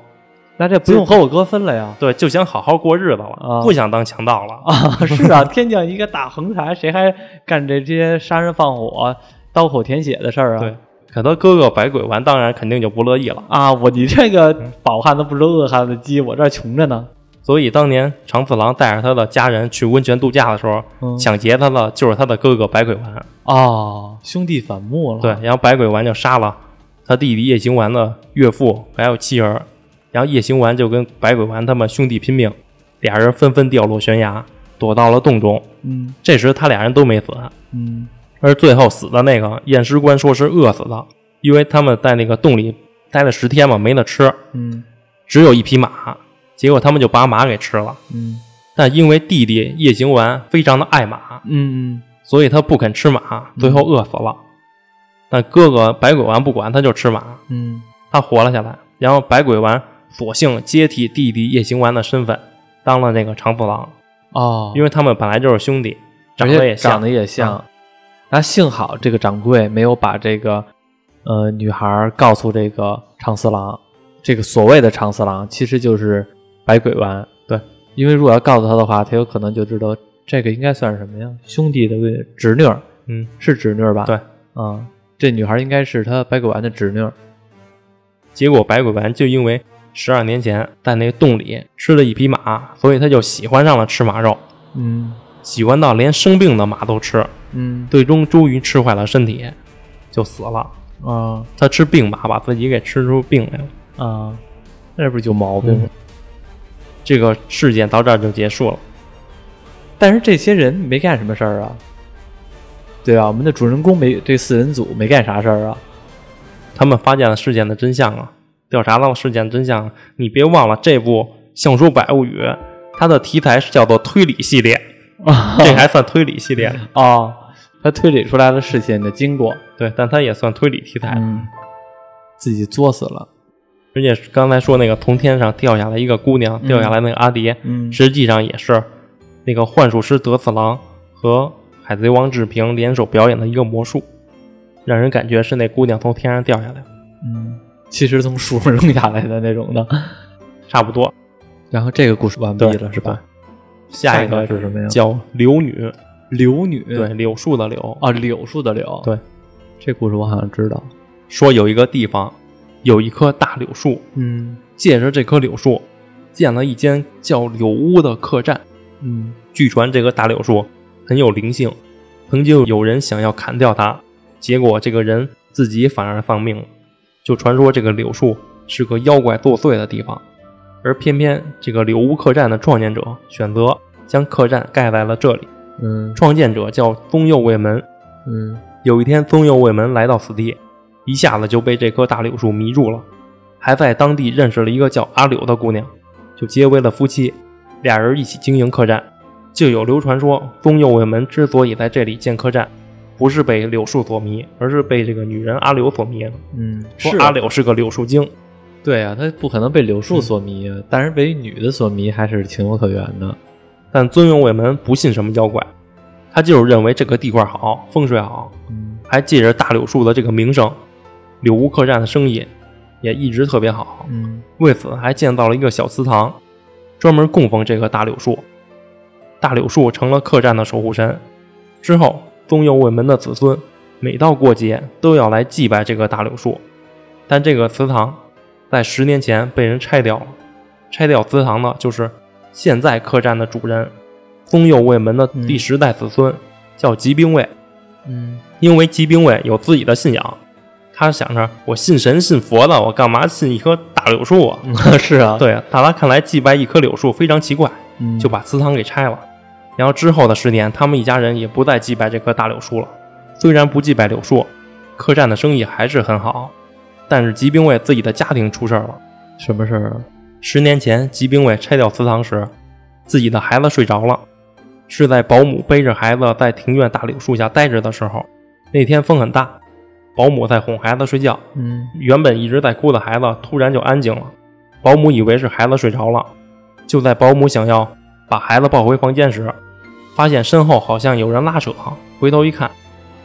那这不用和我哥分了呀？对，就想好好过日子了，啊不想当强盗了。啊， <laughs> 是啊，天降一个大横财，谁还干这些杀人放火、刀口舔血的事儿啊？对，可他哥哥百鬼丸当然肯定就不乐意了。啊，我你这个饱汉子不知饿汉子饥，我这儿穷着呢。所以当年长次郎带着他的家人去温泉度假的时候，嗯抢劫他的就是他的哥哥百鬼丸。哦，兄弟反目了。对，，然后百鬼丸就杀了他弟弟夜行丸的岳父还有妻儿，然后夜行丸就跟百鬼丸他们兄弟拼命，俩人纷纷掉落悬崖，躲到了洞中。嗯这时他俩人都没死，嗯而最后死的那个验尸官说是饿死的，因为他们在那个洞里待了十天嘛，没得吃，嗯只有一匹马，结果他们就把马给吃了。嗯但因为弟弟夜行丸非常的爱马，嗯所以他不肯吃马，最后饿死了。但哥哥百鬼丸不管，他就吃马。嗯他活了下来，然后百鬼丸索性接替弟弟夜行丸的身份，当了那个长次郎，哦，因为他们本来就是兄弟，长而得且也长像得。也像嗯。那、幸好这个掌柜没有把这个呃女孩儿告诉这个长四郎，这个所谓的长四郎其实就是百鬼丸。对，因为如果要告诉他的话，他有可能就知道这个应该算是什么呀？兄弟的闺侄女儿嗯，是侄女儿吧？对，嗯，这女孩儿应该是他百鬼丸的侄女儿。结果百鬼丸就因为十二年前在那个洞里吃了一匹马，所以他就喜欢上了吃马肉，嗯喜欢到连生病的马都吃，嗯最终终于吃坏了身体，就死了。啊他吃病马，把自己给吃出病来了。啊，那不是有毛病吗？嗯这个事件到这儿就结束了。但是这些人没干什么事儿啊，对啊，我们的主人公没这四人组没干啥事儿啊，他们发现了事件的真相啊，调查到事件真相。啊你别忘了，这部《相书百物语》它的题材是叫做推理系列，啊这还算推理系列呢。哦，他推理出来了事情的经过，对，但它也算推理题材。嗯，自己作死了，而且刚才说那个从天上掉下来一个姑娘，嗯掉下来那个阿蝶，嗯实际上也是那个幻术师德次郎和海贼王志平联手表演的一个魔术，让人感觉是那姑娘从天上掉下来，嗯，其实从树上扔下来的那种的。差不多。然后这个故事完毕对了是吧？下一下个一个是什么呀叫柳女，柳女对，柳树的柳。啊，柳树的柳，对，这故事我好像知道，说有一个地方有一棵大柳树，嗯借着这棵柳树建了一间叫柳屋的客栈。嗯据传这棵大柳树很有灵性，曾经有人想要砍掉它，结果这个人自己反而丧命了。就传说这个柳树是个妖怪作祟的地方，而偏偏这个柳屋客栈的创建者选择将客栈盖在了这里。嗯创建者叫宗右卫门，嗯有一天，宗右卫门来到此地，一下子就被这棵大柳树迷住了，还在当地认识了一个叫阿柳的姑娘，就结为了夫妻，俩人一起经营客栈。就有流传说，宗右卫门之所以在这里建客栈，不是被柳树所迷，而是被这个女人阿柳所迷了。嗯，说是阿柳是个柳树精，对啊，他不可能被柳树所迷啊，但是被一女的所迷还是情有可原的。但宗右卫门不信什么妖怪，他就是认为这个地块好，风水好，嗯还借着大柳树的这个名声，柳屋客栈的生意也一直特别好。嗯为此还建造了一个小祠堂，专门供奉这棵大柳树。大柳树成了客栈的守护神。之后，宗右卫门的子孙每到过节都要来祭拜这棵大柳树，但这个祠堂在十年前被人拆掉了。拆掉祠堂的就是现在客栈的主人宗右卫门的第十代子孙，叫吉兵卫。嗯因为吉兵卫有自己的信仰，他想着我信神信佛的，我干嘛信一棵大柳树啊？ <laughs> 嗯， <laughs> 是啊，，对，大家看来祭拜一棵柳树非常奇怪，嗯、就把祠堂给拆了。然后之后的十年，他们一家人也不再祭拜这棵大柳树了。虽然不祭拜柳树，客栈的生意还是很好。但是吉兵卫自己的家庭出事儿了。什么事儿啊？十年前，吉兵卫拆掉祠堂时，自己的孩子睡着了，是在保姆背着孩子在庭院大柳树下待着的时候。那天风很大，保姆在哄孩子睡觉，嗯原本一直在哭的孩子突然就安静了。保姆以为是孩子睡着了，就在保姆想要把孩子抱回房间时，发现身后好像有人拉扯，回头一看，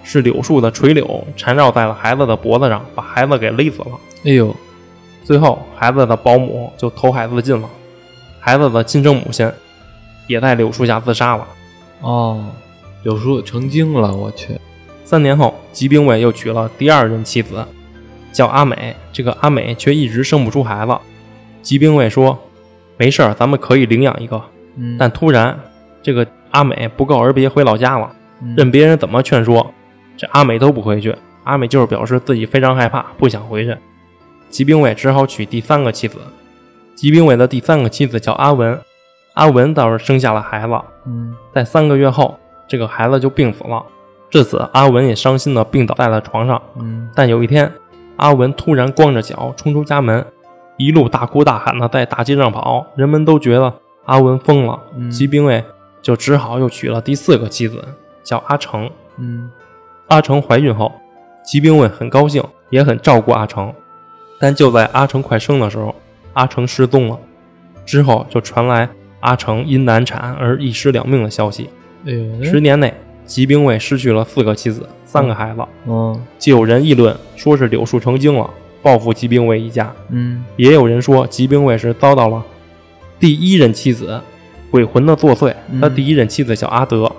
是柳树的垂柳缠绕在了孩子的脖子上，把孩子给勒死了。哎呦，最后，孩子的保姆就投海自尽了，孩子的亲生母亲也在柳树下自杀了。哦，柳树成精了，我去，三年后，吉兵卫又娶了第二任妻子，叫阿美。这个阿美却一直生不出孩子。吉兵卫说：“没事儿，咱们可以领养一个。”嗯但突然，这个阿美不告而别回老家了。任认别人怎么劝说，这阿美都不回去。阿美就是表示自己非常害怕，不想回去。吉兵卫只好娶第三个妻子。吉兵卫的第三个妻子叫阿文，阿文倒是生下了孩子，嗯在三个月后，这个孩子就病死了。至此，阿文也伤心的病倒在了床上。嗯但有一天，阿文突然光着脚冲出家门，一路大哭大喊的在大街上跑，人们都觉得阿文疯了。嗯吉兵卫就只好又娶了第四个妻子，叫阿成。嗯阿成怀孕后，吉兵卫很高兴，也很照顾阿成。但就在阿成快生的时候，阿成失踪了。之后就传来阿成因难产而一尸两命的消息。哎呦，十年内，吉兵卫失去了四个妻子、三个孩子，嗯就有人议论说是柳树成精了，报复吉兵卫一家；嗯，也有人说吉兵卫是遭到了第一任妻子鬼魂的作祟。嗯他第一任妻子叫阿德，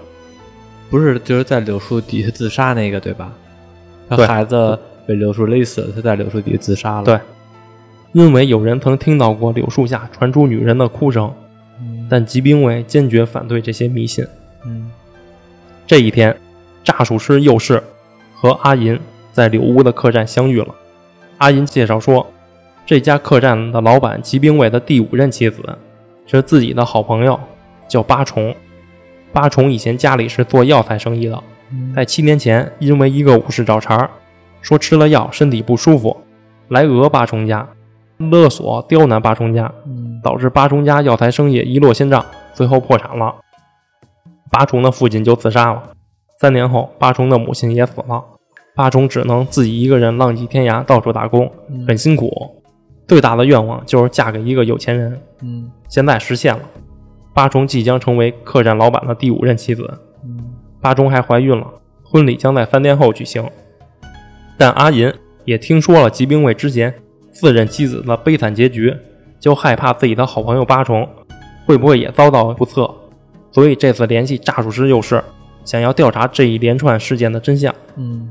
不是，就是在柳树底下自杀那个对吧？他对孩子被柳树勒死了，他在柳树底下自杀了。对，因为有人曾听到过柳树下传出女人的哭声，嗯，但吉兵卫坚决反对这些迷信。嗯这一天，诈术师右士和阿银在柳屋的客栈相遇了。阿银介绍说，这家客栈的老板吉兵卫的第五任妻子是自己的好朋友，叫八重。八重以前家里是做药材生意的，嗯在七年前因为一个武士找茬儿，说吃了药身体不舒服，来讹八重家，勒索刁难八重家，嗯导致八重家药材生意一落千丈，最后破产了。八重的父亲就自杀了。三年后，八重的母亲也死了，八重只能自己一个人浪迹天涯，到处打工，嗯很辛苦。最大的愿望就是嫁给一个有钱人，嗯现在实现了。八重即将成为客栈老板的第五任妻子，嗯八中还怀孕了，婚礼将在三天后举行。但阿银也听说了吉兵卫之前自认妻子的悲惨结局，就害怕自己的好朋友八重会不会也遭到不测，所以这次联系诈术师右士，想要调查这一连串事件的真相。嗯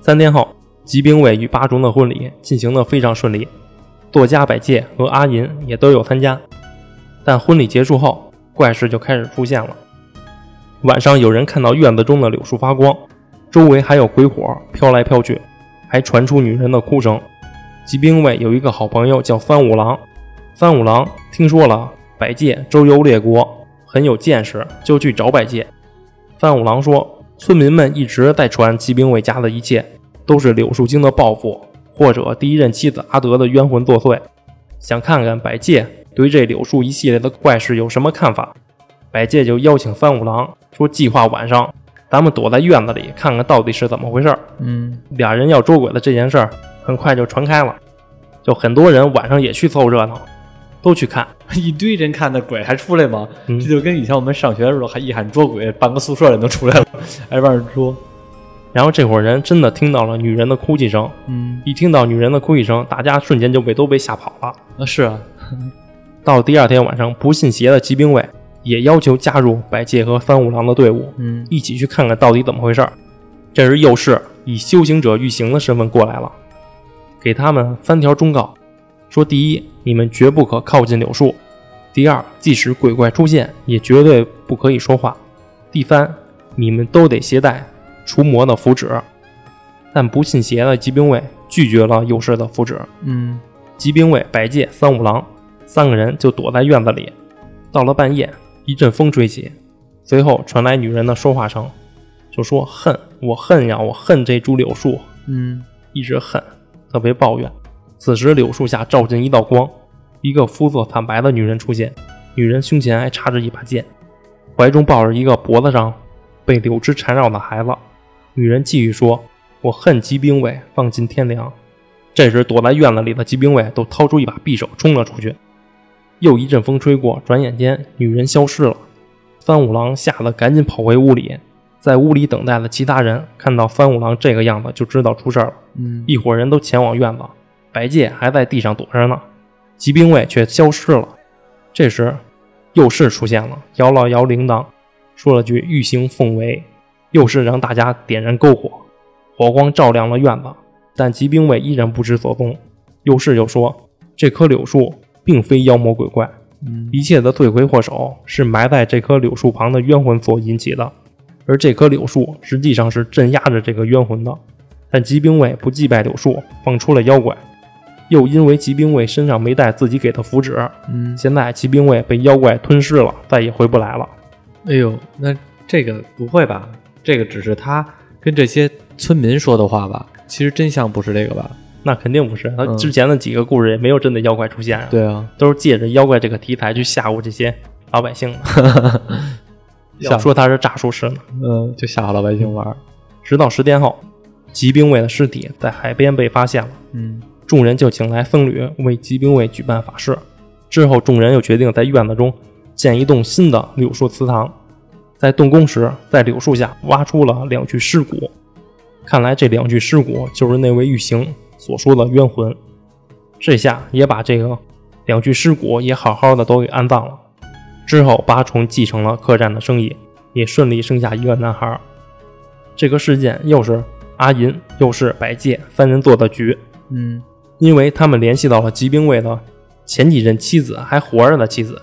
三天后，吉兵卫与八重的婚礼进行得非常顺利，作家百介和阿银也都有参加。但婚礼结束后，怪事就开始出现了。晚上有人看到院子中的柳树发光，周围还有鬼火飘来飘去，还传出女人的哭声。吉兵卫有一个好朋友叫三五郎，三五郎听说了百介周游列国，很有见识，就去找百介。三五郎说，村民们一直在传吉兵卫家的一切都是柳树精的报复，或者第一任妻子阿德的冤魂作祟，想看看百介对这柳树一系列的怪事有什么看法。百介就邀请三五郎说，计划晚上咱们躲在院子里看看到底是怎么回事儿。嗯俩人要捉鬼的这件事儿很快就传开了，就很多人晚上也去凑热闹，都去看。 <laughs> 一堆人看的鬼还出来吗？嗯这就跟以前我们上学的时候还一喊捉鬼，半个宿舍人都出来 <laughs> 了，挨帮人捉。然后这伙人真的听到了女人的哭泣声，嗯，一听到女人的哭泣声，大家瞬间就被都被吓跑了。啊是啊，到第二天晚上，不信邪的骑兵卫也要求加入百介和三五郎的队伍，嗯一起去看看到底怎么回事儿。这时，右士以修行者御行的身份过来了，给他们三条忠告：说第一，你们绝不可靠近柳树；第二，即使鬼怪出现，也绝对不可以说话；第三，你们都得携带除魔的符纸。但不信邪的骑兵卫拒绝了右士的符纸，嗯吉兵卫、白介、三五郎三个人就躲在院子里。到了半夜，一阵风吹起，随后传来女人的说话声，就说：“恨，我恨呀，我恨这株柳树，嗯一直恨，特别抱怨。”此时，柳树下照进一道光，一个肤色惨白的女人出现，女人胸前还插着一把剑，怀中抱着一个脖子上被柳枝缠绕的孩子。女人继续说：“我恨吉兵卫，放尽天良。”这时，躲在院子里的吉兵卫都掏出一把匕首冲了出去。又一阵风吹过，转眼间女人消失了。三五郎吓得赶紧跑回屋里，在屋里等待的其他人看到三五郎这个样子，就知道出事儿了。嗯一伙人都前往院子，白介还在地上躲着呢，吉兵卫却消失了。这时，右士出现了，摇了摇铃铛，说了句“欲行奉为”。右士让大家点燃篝火，火光照亮了院子，但吉兵卫依然不知所踪。右士就说：“这棵柳树并非妖魔鬼怪，嗯一切的罪魁祸首是埋在这棵柳树旁的冤魂所引起的，而这棵柳树实际上是镇压着这个冤魂的。但吉兵卫不祭拜柳树，放出了妖怪，又因为吉兵卫身上没带自己给的符纸，嗯，现在吉兵卫被妖怪吞噬了，再也回不来了。哎呦，那这个不会吧？这个只是他跟这些村民说的话吧？其实真相不是这个吧？那肯定不是，他嗯之前的几个故事也没有真的妖怪出现啊。对 <laughs> 啊，都是借着妖怪这个题材去吓唬这些老百 <laughs> 姓的。吓唬要说他是诈术师呢。嗯，就吓唬老百姓玩儿。直到十天后，吉兵卫的尸体在海边被发现了。嗯众人就请来僧侣为吉兵卫举办法事。之后，众人又决定在院子中建一栋新的柳树祠堂。在动工时，在柳树下挖出了两具尸骨，看来这两具尸骨就是那位玉行所说的冤魂。这下也把这个两具尸骨也好好的都给安葬了。之后，八重继承了客栈的生意，也顺利生下一个男孩。这个事件又是阿银，又是百介三人做的局，嗯因为他们联系到了吉兵卫的前几任妻子，还活着的妻子。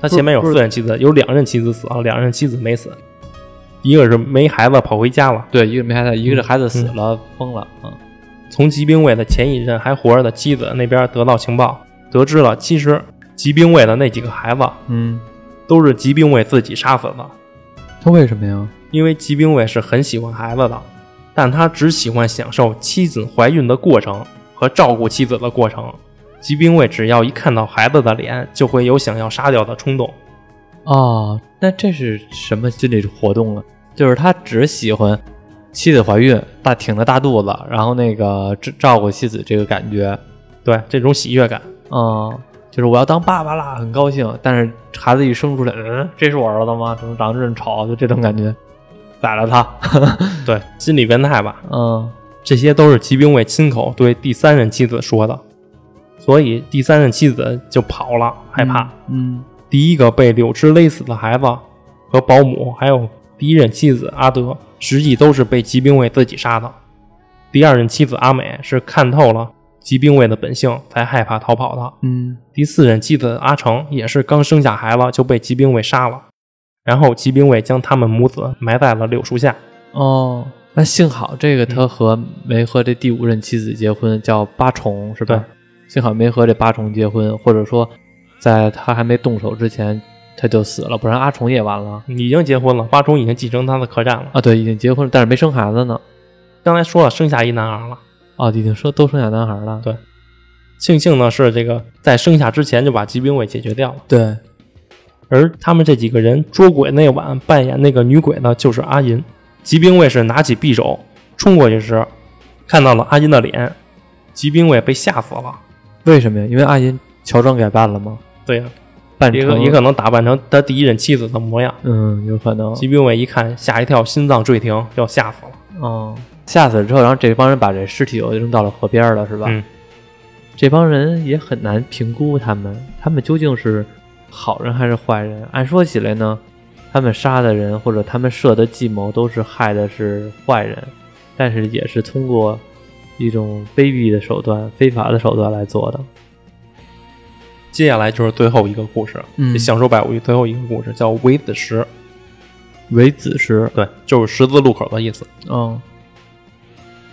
他前面有不是四任妻子，有两任妻子死了，两任妻子没死，一个是没孩子跑回家了。对，一个没孩子，一个是孩子死了、疯了啊，从吉兵卫的前一任还活着的妻子那边得到情报，得知了其实吉兵卫的那几个孩子嗯，都是吉兵卫自己杀死的，他为什么呀？因为吉兵卫是很喜欢孩子的，但他只喜欢享受妻子怀孕的过程和照顾妻子的过程。吉兵卫只要一看到孩子的脸，就会有想要杀掉的冲动。哦，那这是什么心理活动啊？就是他只喜欢妻子怀孕，大挺着大肚子，然后那个照照顾妻子这个感觉，对这种喜悦感，嗯，就是我要当爸爸啦，很高兴。但是孩子一生出来，嗯，这是我儿子吗？怎么长得这么丑？就这种感觉，宰了他。对心理变态吧，嗯，这些都是吉兵卫亲口对第三任妻子说的，所以第三任妻子就跑了，害怕。嗯，第一个被柳枝勒死的孩子和保姆，还有第一任妻子阿德，实际都是被吉兵卫自己杀的。第二任妻子阿美是看透了吉兵卫的本性，才害怕逃跑的。嗯第四任妻子阿成也是刚生下孩子就被吉兵卫杀了，然后吉兵卫将他们母子埋在了柳树下。嗯，哦，那幸好这个他和、没和这第五任妻子结婚，叫八重是吧？幸好没和这八重结婚，或者说在他还没动手之前他就死了，不然阿重也完了。已经结婚了，八重已经继承他的客栈了。啊，对，已经结婚了，但是没生孩子呢。刚才说了，生下一男孩了。啊，已经生都生下男孩了。对庆幸呢是这个在生下之前就把吉兵卫解决掉了。对，而他们这几个人捉鬼那晚扮演那个女鬼的就是阿银。吉兵卫是拿起匕首冲过去时，看到了阿银的脸，吉兵卫被吓死了。为什么呀？因为阿银乔装改扮了吗？对呀、扮也可成也可能打扮成他第一任妻子的模样。嗯，有可能。吉兵卫一看，吓一跳，心脏坠停，要吓死了。嗯，吓死了之后，然后这帮人把这尸体又扔到了河边了，是吧？嗯这帮人也很难评估他们，他们究竟是好人还是坏人？按说起来呢，他们杀的人或者他们设的计谋都是害的是坏人，但是也是通过一种卑鄙的手段、非法的手段来做的。接下来就是最后一个故事，嗯这享受百物语最后一个故事叫“唯子石为子时”，，对，就是十字路口的意思。嗯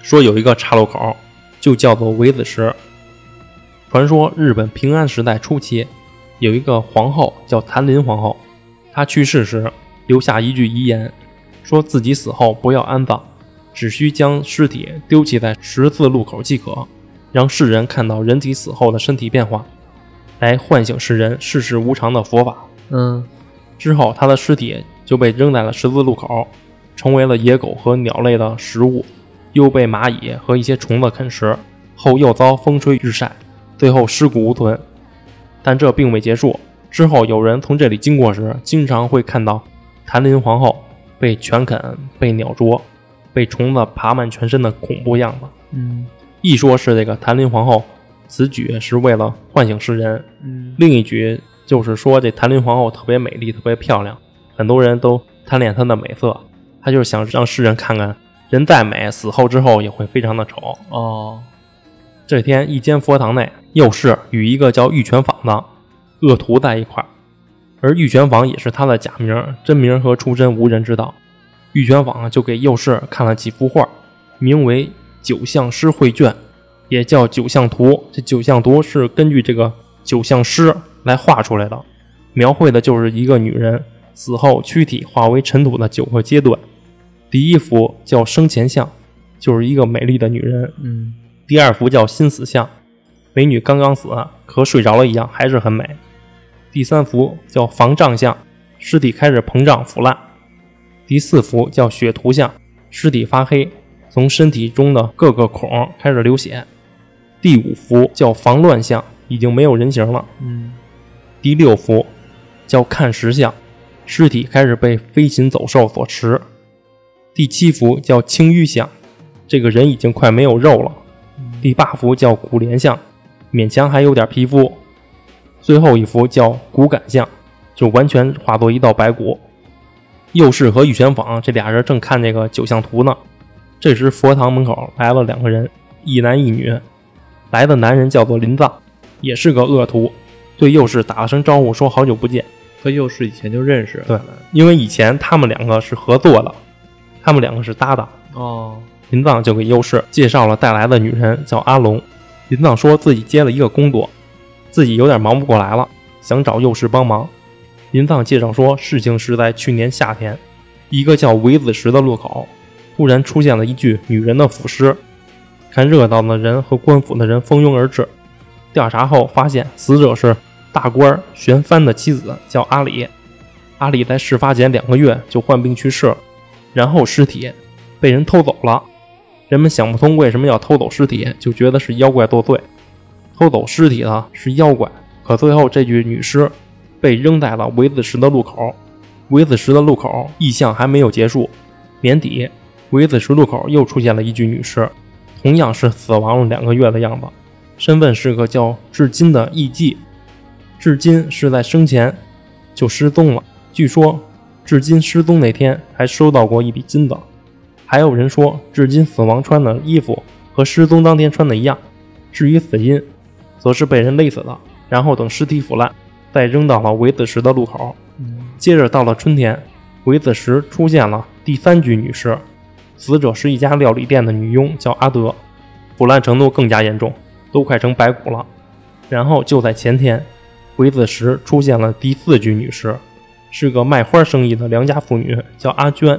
说有一个岔路口，就叫做韦子石。传说日本平安时代初期，有一个皇后叫谭林皇后，她去世时留下一句遗言，说自己死后不要安葬，只需将尸体丢弃在十字路口即可，让世人看到人体死后的身体变化，来唤醒世人世事无常的佛法。嗯之后，她的尸体就被扔在了十字路口，成为了野狗和鸟类的食物，又被蚂蚁和一些虫子啃食，后又遭风吹日晒，最后尸骨无存。但这并未结束，之后有人从这里经过时，经常会看到谭林皇后被犬啃、被鸟啄、被虫子爬满全身的恐怖样子。嗯一说是这个谭林皇后此举是为了唤醒世人，嗯另一局就是说，这谭林皇后特别美丽，特别漂亮，很多人都贪恋她的美色。她就是想让世人看看，人再美，死后之后也会非常的丑。哦这天，一间佛堂内，右氏与一个叫玉泉坊的恶徒在一块儿，而玉泉坊也是他的假名，真名和出身无人知道。玉泉坊啊就给右氏看了几幅画，名为《九相诗绘卷》，也叫《九相图》。这九相图是根据这个九相诗来画出来的，描绘的就是一个女人死后躯体化为尘土的九个阶段。第一幅叫生前相，就是一个美丽的女人嗯第二幅叫心死相，美女刚刚死，和睡着了一样，还是很美。第三幅叫防胀相，尸体开始膨胀腐烂。第四幅叫血图相，尸体发黑，从身体中的各个孔开始流血。第五符叫防乱相，已经没有人形了。嗯第六符叫看石像，尸体开始被飞禽走兽所吃。第七符叫青玉像，这个人已经快没有肉了。第八符叫骨连像，勉强还有点皮肤。最后一符叫骨感像，就完全化作一道白骨。右氏和玉泉坊这俩人正看这个九相图呢，这时佛堂门口来了两个人，一男一女。来的男人叫做林藏，也是个恶徒，对右氏打了声招呼，说好久不见。嗯和幼师以前就认识。对因为以前他们两个是合作的，他们两个是搭档。哦，林藏就给右氏介绍了带来的女人，叫阿龙。林藏说自己接了一个工作，自己有点忙不过来了，想找右氏帮忙。林藏介绍说，事情是在去年夏天，一个叫韦子石的路口，突然出现了一具女人的腐尸。看热闹的人和官府的人蜂拥而至。调查后发现，死者是大官儿玄帆的妻子，叫阿里。阿里在事发前两个月就患病去世了，然后尸体被人偷走了。人们想不通为什么要偷走尸体，就觉得是妖怪作祟。偷走尸体的是妖怪，可最后这具女尸被扔在了韦子石的路口。韦子石的路口意象还没有结束，年底韦子石路口又出现了一具女尸，同样是死亡了两个月的样子，身份是个叫至今的艺妓，至今是在生前就失踪了。据说至今失踪那天还收到过一笔金子，还有人说至今死亡穿的衣服和失踪当天穿的一样。至于死因，则是被人勒死的，然后等尸体腐烂，再扔到了韦子石的路口。嗯接着到了春天，韦子石出现了第三具女尸，死者是一家料理店的女佣，叫阿德，腐烂程度更加严重，都快成白骨了。然后就在前天，韦子石出现了第四具女尸，是个卖花生意的良家妇女，叫阿娟。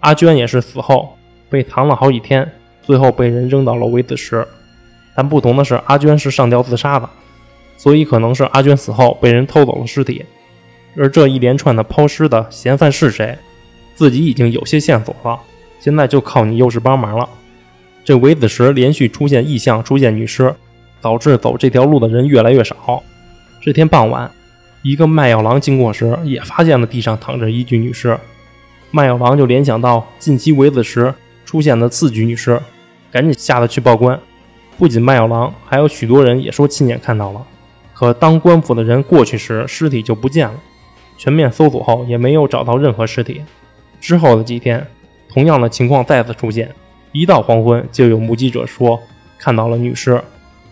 阿娟也是死后被藏了好几天，最后被人扔到了韦子石。但不同的是，阿娟是上吊自杀的，所以可能是阿娟死后被人偷走了尸体。而这一连串的抛尸的嫌犯是谁，自己已经有些线索了，现在就靠你幼师帮忙了。这韦子石连续出现异象，出现女尸，导致走这条路的人越来越少。这天傍晚，一个卖药郎经过时，也发现了地上躺着一具女尸。卖药郎就联想到近期韦子石出现的四具女尸，赶紧吓得去报官。不仅卖药郎，还有许多人也说亲眼看到了。可当官府的人过去时，尸体就不见了。全面搜索后也没有找到任何尸体。之后的几天，同样的情况再次出现。一到黄昏，就有目击者说看到了女尸，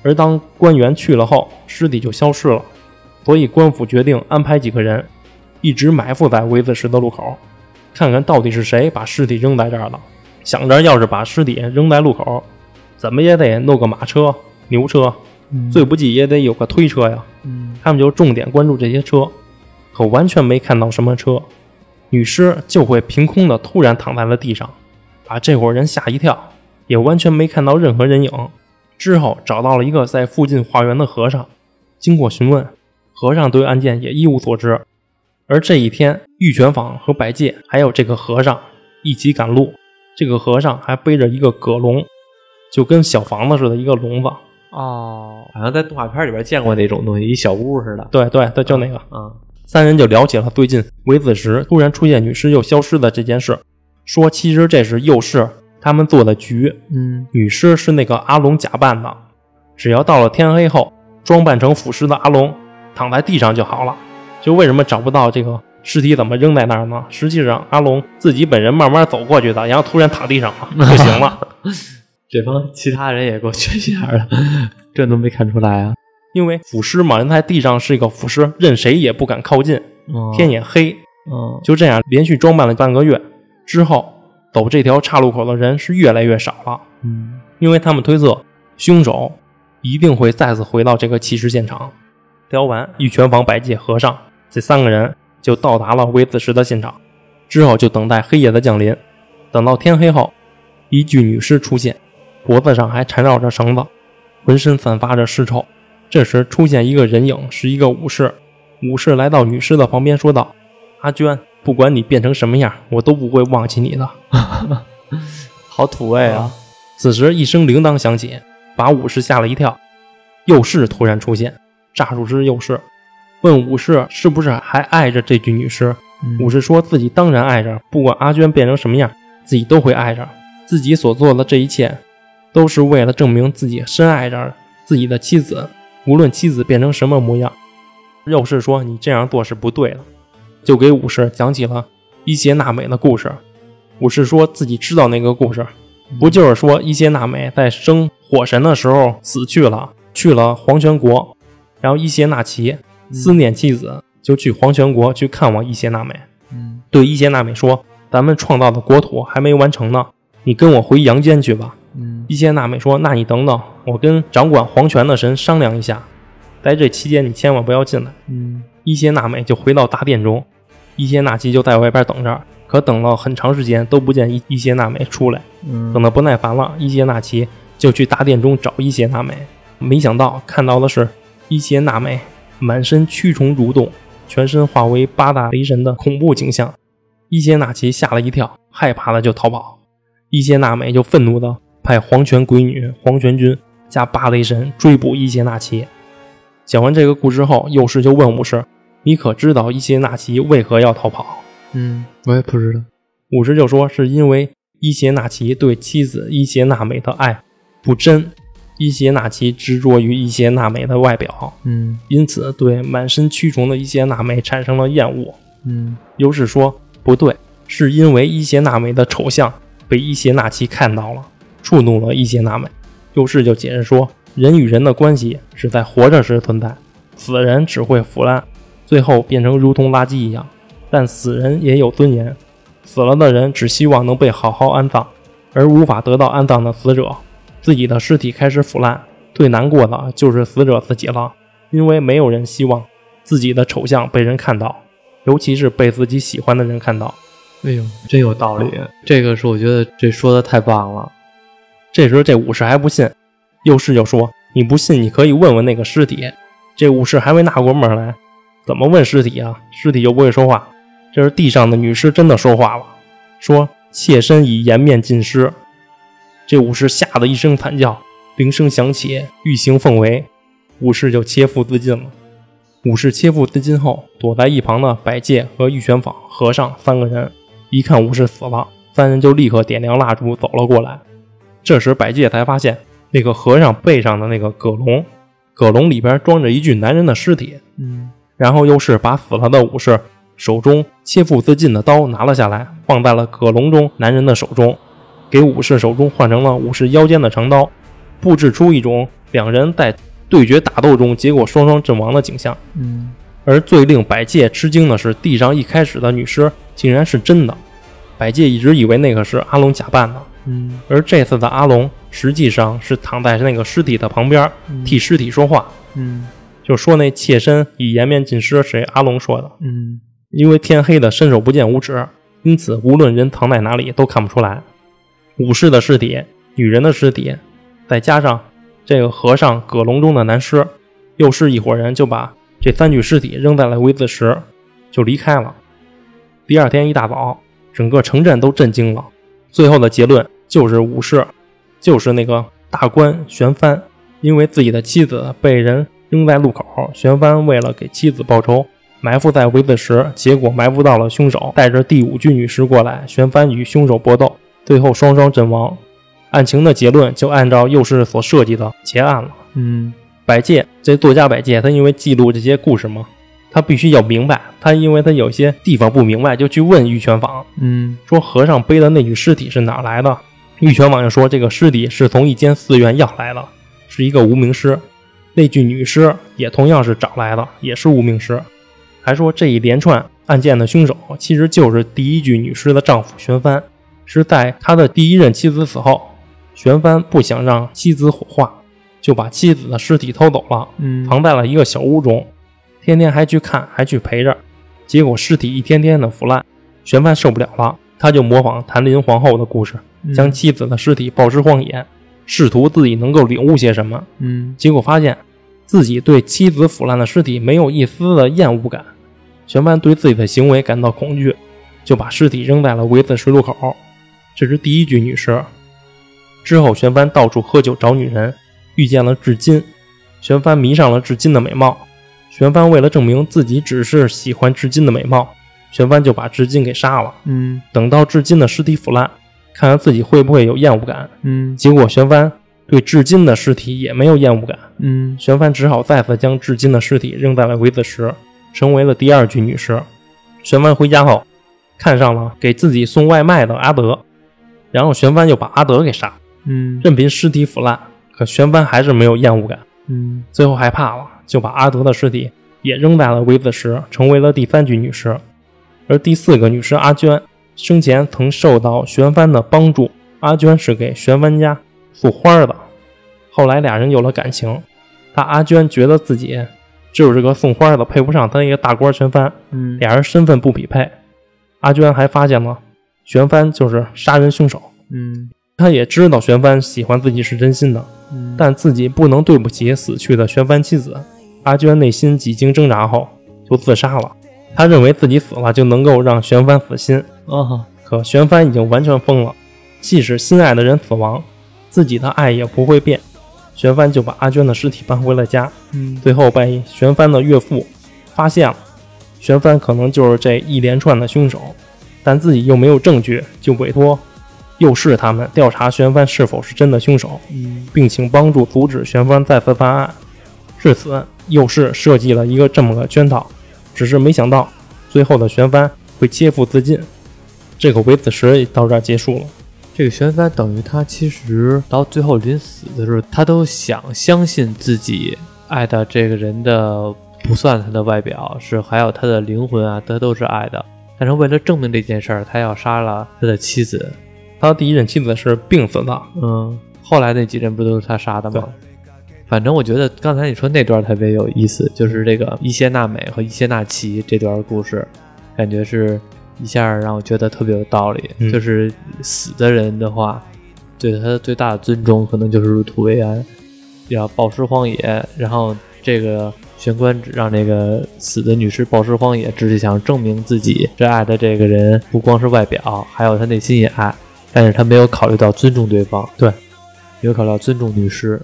而当官员去了后，尸体就消失了。所以官府决定安排几个人，一直埋伏在韦子石的路口，看看到底是谁把尸体扔在这儿了。想着要是把尸体扔在路口，怎么也得弄个马车、牛车，最不济也得有个推车呀。嗯他们就重点关注这些车，可完全没看到什么车。女尸就会凭空的突然躺在了地上，把这伙人吓一跳，也完全没看到任何人影。之后找到了一个在附近化缘的和尚，经过询问，和尚对案件也一无所知。而这一天，玉泉坊和百介还有这个和尚一起赶路，这个和尚还背着一个葛笼，就跟小房子似的一个笼子。哦，好像在动画片里边见过那种东西，一小屋似的。对对对，就那个。啊，三人就聊起了最近韦子石突然出现女尸又消失的这件事，说其实这是右氏他们做的局，嗯女尸是那个阿龙假扮的，只要到了天黑后，装扮成腐尸的阿龙躺在地上就好了。就为什么找不到这个尸体怎么扔在那儿呢？实际上阿龙自己本人慢慢走过去的，然后突然躺地上了就行了。这帮其他人也够缺心眼儿的， <laughs> 这都没看出来啊。因为腐尸嘛，人在地上是一个腐尸，任谁也不敢靠近，天也，也黑，嗯就这样连续装扮了半个月之后，走这条岔路口的人是越来越少了，嗯因为他们推测凶手一定会再次回到这个弃尸现场。聊完，玉泉坊百介和尚这三个人就到达了微子石的现场，之后就等待黑夜的降临。等到天黑后，一具女尸出现，脖子上还缠绕着绳子，浑身散发着尸臭。这时出现一个人影，是一个武士。武士来到女尸的旁边，说道：“阿娟，不管你变成什么样，我都不会忘记你的。”好土味啊。啊哦此时一声铃铛响起，把武士吓了一跳。右氏突然出现，诈术师右氏问武士是不是还爱着这具女尸。嗯武士说自己当然爱着，不管阿娟变成什么样，自己都会爱着。自己所做的这一切，都是为了证明自己深爱着自己的妻子，无论妻子变成什么模样。肉氏说：“你这样做是不对的。”就给武士讲起了伊邪那美的故事。武士说自己知道那个故事，不就是说伊邪那美在生火神的时候死去了，去了黄泉国，然后伊邪那岐思念妻子，就去黄泉国去看望伊邪那美。嗯对伊邪那美说：“咱们创造的国土还没完成呢，你跟我回阳间去吧。”嗯伊邪那美说：“那你等等，我跟掌管黄泉的神商量一下，在这期间你千万不要进来。”嗯伊邪那美就回到大殿中，伊邪那岐就在外边等着，可等了很长时间都不见伊伊邪那美出来，嗯，等到不耐烦了，伊邪那岐就去大殿中找伊邪那美，没想到看到的是伊邪那美满身蛆虫蠕动，全身化为八大雷神的恐怖景象，伊邪那岐吓了一跳，害怕的就逃跑，伊邪那美就愤怒的派黄泉鬼女、黄泉君加八雷神追捕伊邪那岐。讲完这个故事后，幼师就问武士：“你可知道伊邪那岐为何要逃跑？”嗯，我也不知道。武士就说是因为伊邪那岐对妻子伊邪那美的爱不真，伊邪那岐执着于伊邪那美的外表，嗯因此对满身蛆虫的伊邪那美产生了厌恶。嗯优势说不对，是因为伊邪那美的丑相被伊邪那岐看到了，触怒了伊邪那美。优势就解释说，人与人的关系只在活着时存在，死人只会腐烂，最后变成如同垃圾一样。但死人也有尊严，死了的人只希望能被好好安葬，而无法得到安葬的死者，自己的尸体开始腐烂。最难过的就是死者自己了，因为没有人希望自己的丑相被人看到。尤其是被自己喜欢的人看到。哎呦，真有道理！这个是我觉得这说的太棒了。这时这武士还不信，右士就说：“你不信，你可以问问那个尸体。”这武士还没纳过闷儿来，怎么问尸体啊？尸体又不会说话。这是地上的女尸真的说话了，说：“妾身已颜面尽失。”这武士吓得一声惨叫，铃声响起，欲行奉为，武士就切腹自尽了。武士切腹自尽后，躲在一旁的百介和玉泉坊和尚三个人一看武士死了，三人就立刻点亮蜡烛走了过来。这时百介才发现，那个和尚背上的那个葛笼，葛笼里边装着一具男人的尸体。嗯然后又是把死了的武士手中切腹自尽的刀拿了下来，放在了葛笼中男人的手中，给武士手中换成了武士腰间的长刀，布置出一种两人在对决打斗中结果双双阵亡的景象。嗯而最令百介吃惊的是，地上一开始的女尸竟然是真的。百介一直以为那个是阿龙假扮的，嗯而这次的阿龙实际上是躺在那个尸体的旁边，替尸体说话，嗯就说那妾身以颜面尽失是阿龙说的。嗯因为天黑的伸手不见五指，因此无论人藏在哪里都看不出来。武士的尸体、女人的尸体，再加上这个和尚葛笼中的男尸，右师一伙人就把这三具尸体扔在了龟子石，就离开了。第二天一大早，整个城镇都震惊了。最后的结论就是武士，就是那个大官玄帆，因为自己的妻子被人扔在路口，玄帆为了给妻子报仇，埋伏在围子石，结果埋伏到了凶手，带着第五具女尸过来，玄帆与凶手搏斗，最后双双阵亡。案情的结论就按照右氏所设计的结案了。嗯百介这作家百介，他因为记录这些故事嘛，他必须要明白，他因为他有些地方不明白，就去问玉泉坊，嗯说和尚背的那具尸体是哪儿来的？玉泉网就说，这个尸体是从一间寺院要来的，是一个无名尸。那具女尸也同样是找来的，也是无名尸。还说这一连串案件的凶手其实就是第一具女尸的丈夫玄帆，是在他的第一任妻子死后，玄帆不想让妻子火化，就把妻子的尸体偷走了，嗯藏在了一个小屋中，天天还去看，还去陪着。结果尸体一天天的腐烂，玄帆受不了了，他就模仿谭林皇后的故事，将嗯妻子的尸体暴尸荒野，试图自己能够领悟些什么。嗯结果发现自己对妻子腐烂的尸体没有一丝的厌恶感。玄帆对自己的行为感到恐惧，就把尸体扔在了围子水路口。这是第一具女尸。之后，玄帆到处喝酒找女人，遇见了至今。玄帆迷上了至今的美貌。玄帆为了证明自己只是喜欢至今的美貌，玄帆就把至今给杀了。嗯等到至今的尸体腐烂，看看自己会不会有厌恶感。嗯结果玄帆对至今的尸体也没有厌恶感，嗯玄帆只好再次将至今的尸体扔在了鬼子池，成为了第二具女尸。玄帆回家后，看上了给自己送外卖的阿德，然后玄帆又把阿德给杀了。嗯任凭尸体腐烂，可玄帆还是没有厌恶感。嗯最后害怕了，就把阿德的尸体也扔在了鬼子池，成为了第三具女尸。而第四个女尸阿娟，生前曾受到玄帆的帮助，阿娟是给玄帆家做花儿的。后来俩人有了感情，但阿娟觉得自己只有这个送花儿的配不上她一个大官儿玄帆，嗯俩人身份不匹配。阿娟还发现了玄帆就是杀人凶手，嗯她也知道玄帆喜欢自己是真心的，嗯但自己不能对不起死去的玄帆妻子。阿娟内心几经挣扎后就自杀了。她认为自己死了就能够让玄帆死心，哦可玄帆已经完全疯了。即使心爱的人死亡，自己的爱也不会变。玄帆就把阿娟的尸体搬回了家，嗯最后被玄帆的岳父发现了。玄帆可能就是这一连串的凶手，但自己又没有证据，就委托幼师他们调查玄帆是否是真的凶手。嗯并请帮助阻止玄帆再次犯案。至此，又是设计了一个这么个圈套，只是没想到最后的玄帆会切腹自尽。这个鬼子石也到这儿结束了。这个玄帆等于他其实到最后临死的时候，他都想相信自己爱的这个人的不算他的外表，是还有他的灵魂啊，他都是爱的。但是为了证明这件事儿，他要杀了他的妻子。他的第一任妻子是病死的，嗯，后来那几人不都是他杀的对吗？反正我觉得刚才你说那段特别有意思，就是这个伊邪那美和伊邪那岐这段故事，感觉是一下让我觉得特别有道理。嗯就是死的人的话，对他最大的尊重可能就是入土为安，要暴尸荒野，然后这个。玄关让这个死的女尸暴尸荒野，只是想证明自己真爱的这个人不光是外表，还有他内心也爱，但是他没有考虑到尊重对方，对，没有考虑到尊重女尸。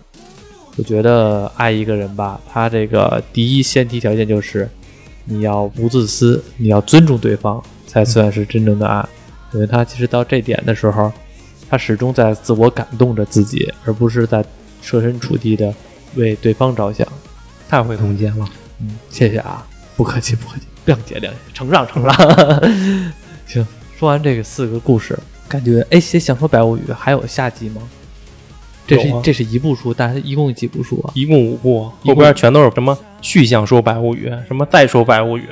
我觉得爱一个人吧，他这个第一先提条件就是你要不自私，你要尊重对方，才算是真正的爱。因为他其实到这点的时候，他始终在自我感动着自己，而不是在设身处地的为对方着想。太会总结了。嗯，谢谢啊，不客气不客气，谅解谅解，承让 <laughs> 承让。行，说完这个四个故事，感觉哎，写《享受百物语》还有下集吗？这是、有啊这是一部书，但是一共几部书啊？一共五部，一共后边全都是什么续向说百物语，什么再说百物语，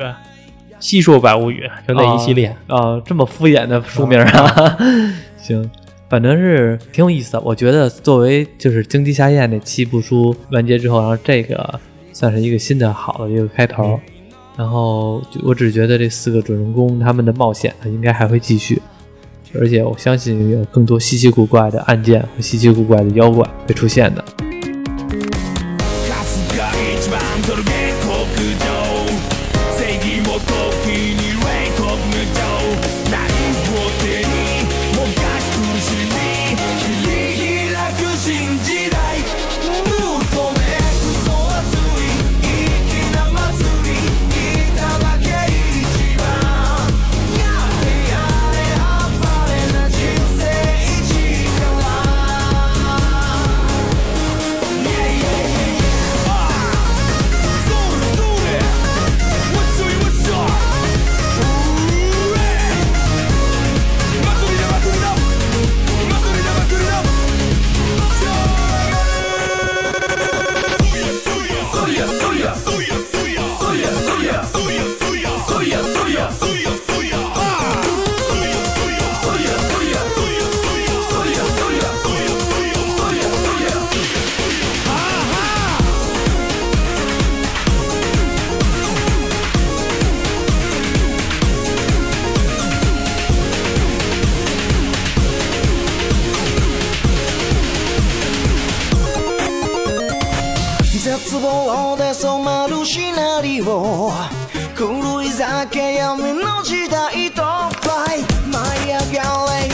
细说百物语，就那一系列。啊，这么敷衍的书名啊！ <laughs> 行，反正是挺有意思的。我觉得作为就是《荆棘下宴》那七部书完结之后，然后这个算是一个新的好的一个开头。嗯然后就我只觉得这四个主人公他们的冒险应该还会继续，而且我相信有更多稀奇古怪的案件和稀奇古怪的妖怪会出现的。春日が一番取る下克上正義も時に冷酷無情何を手にもが苦しみ切り開く新時代ムートで嘘はつい粋な祭りいただけ一番やれやれあっぱれな人生力絶望で染まるシナリオ狂い酒闇の時代と f 舞い上がれ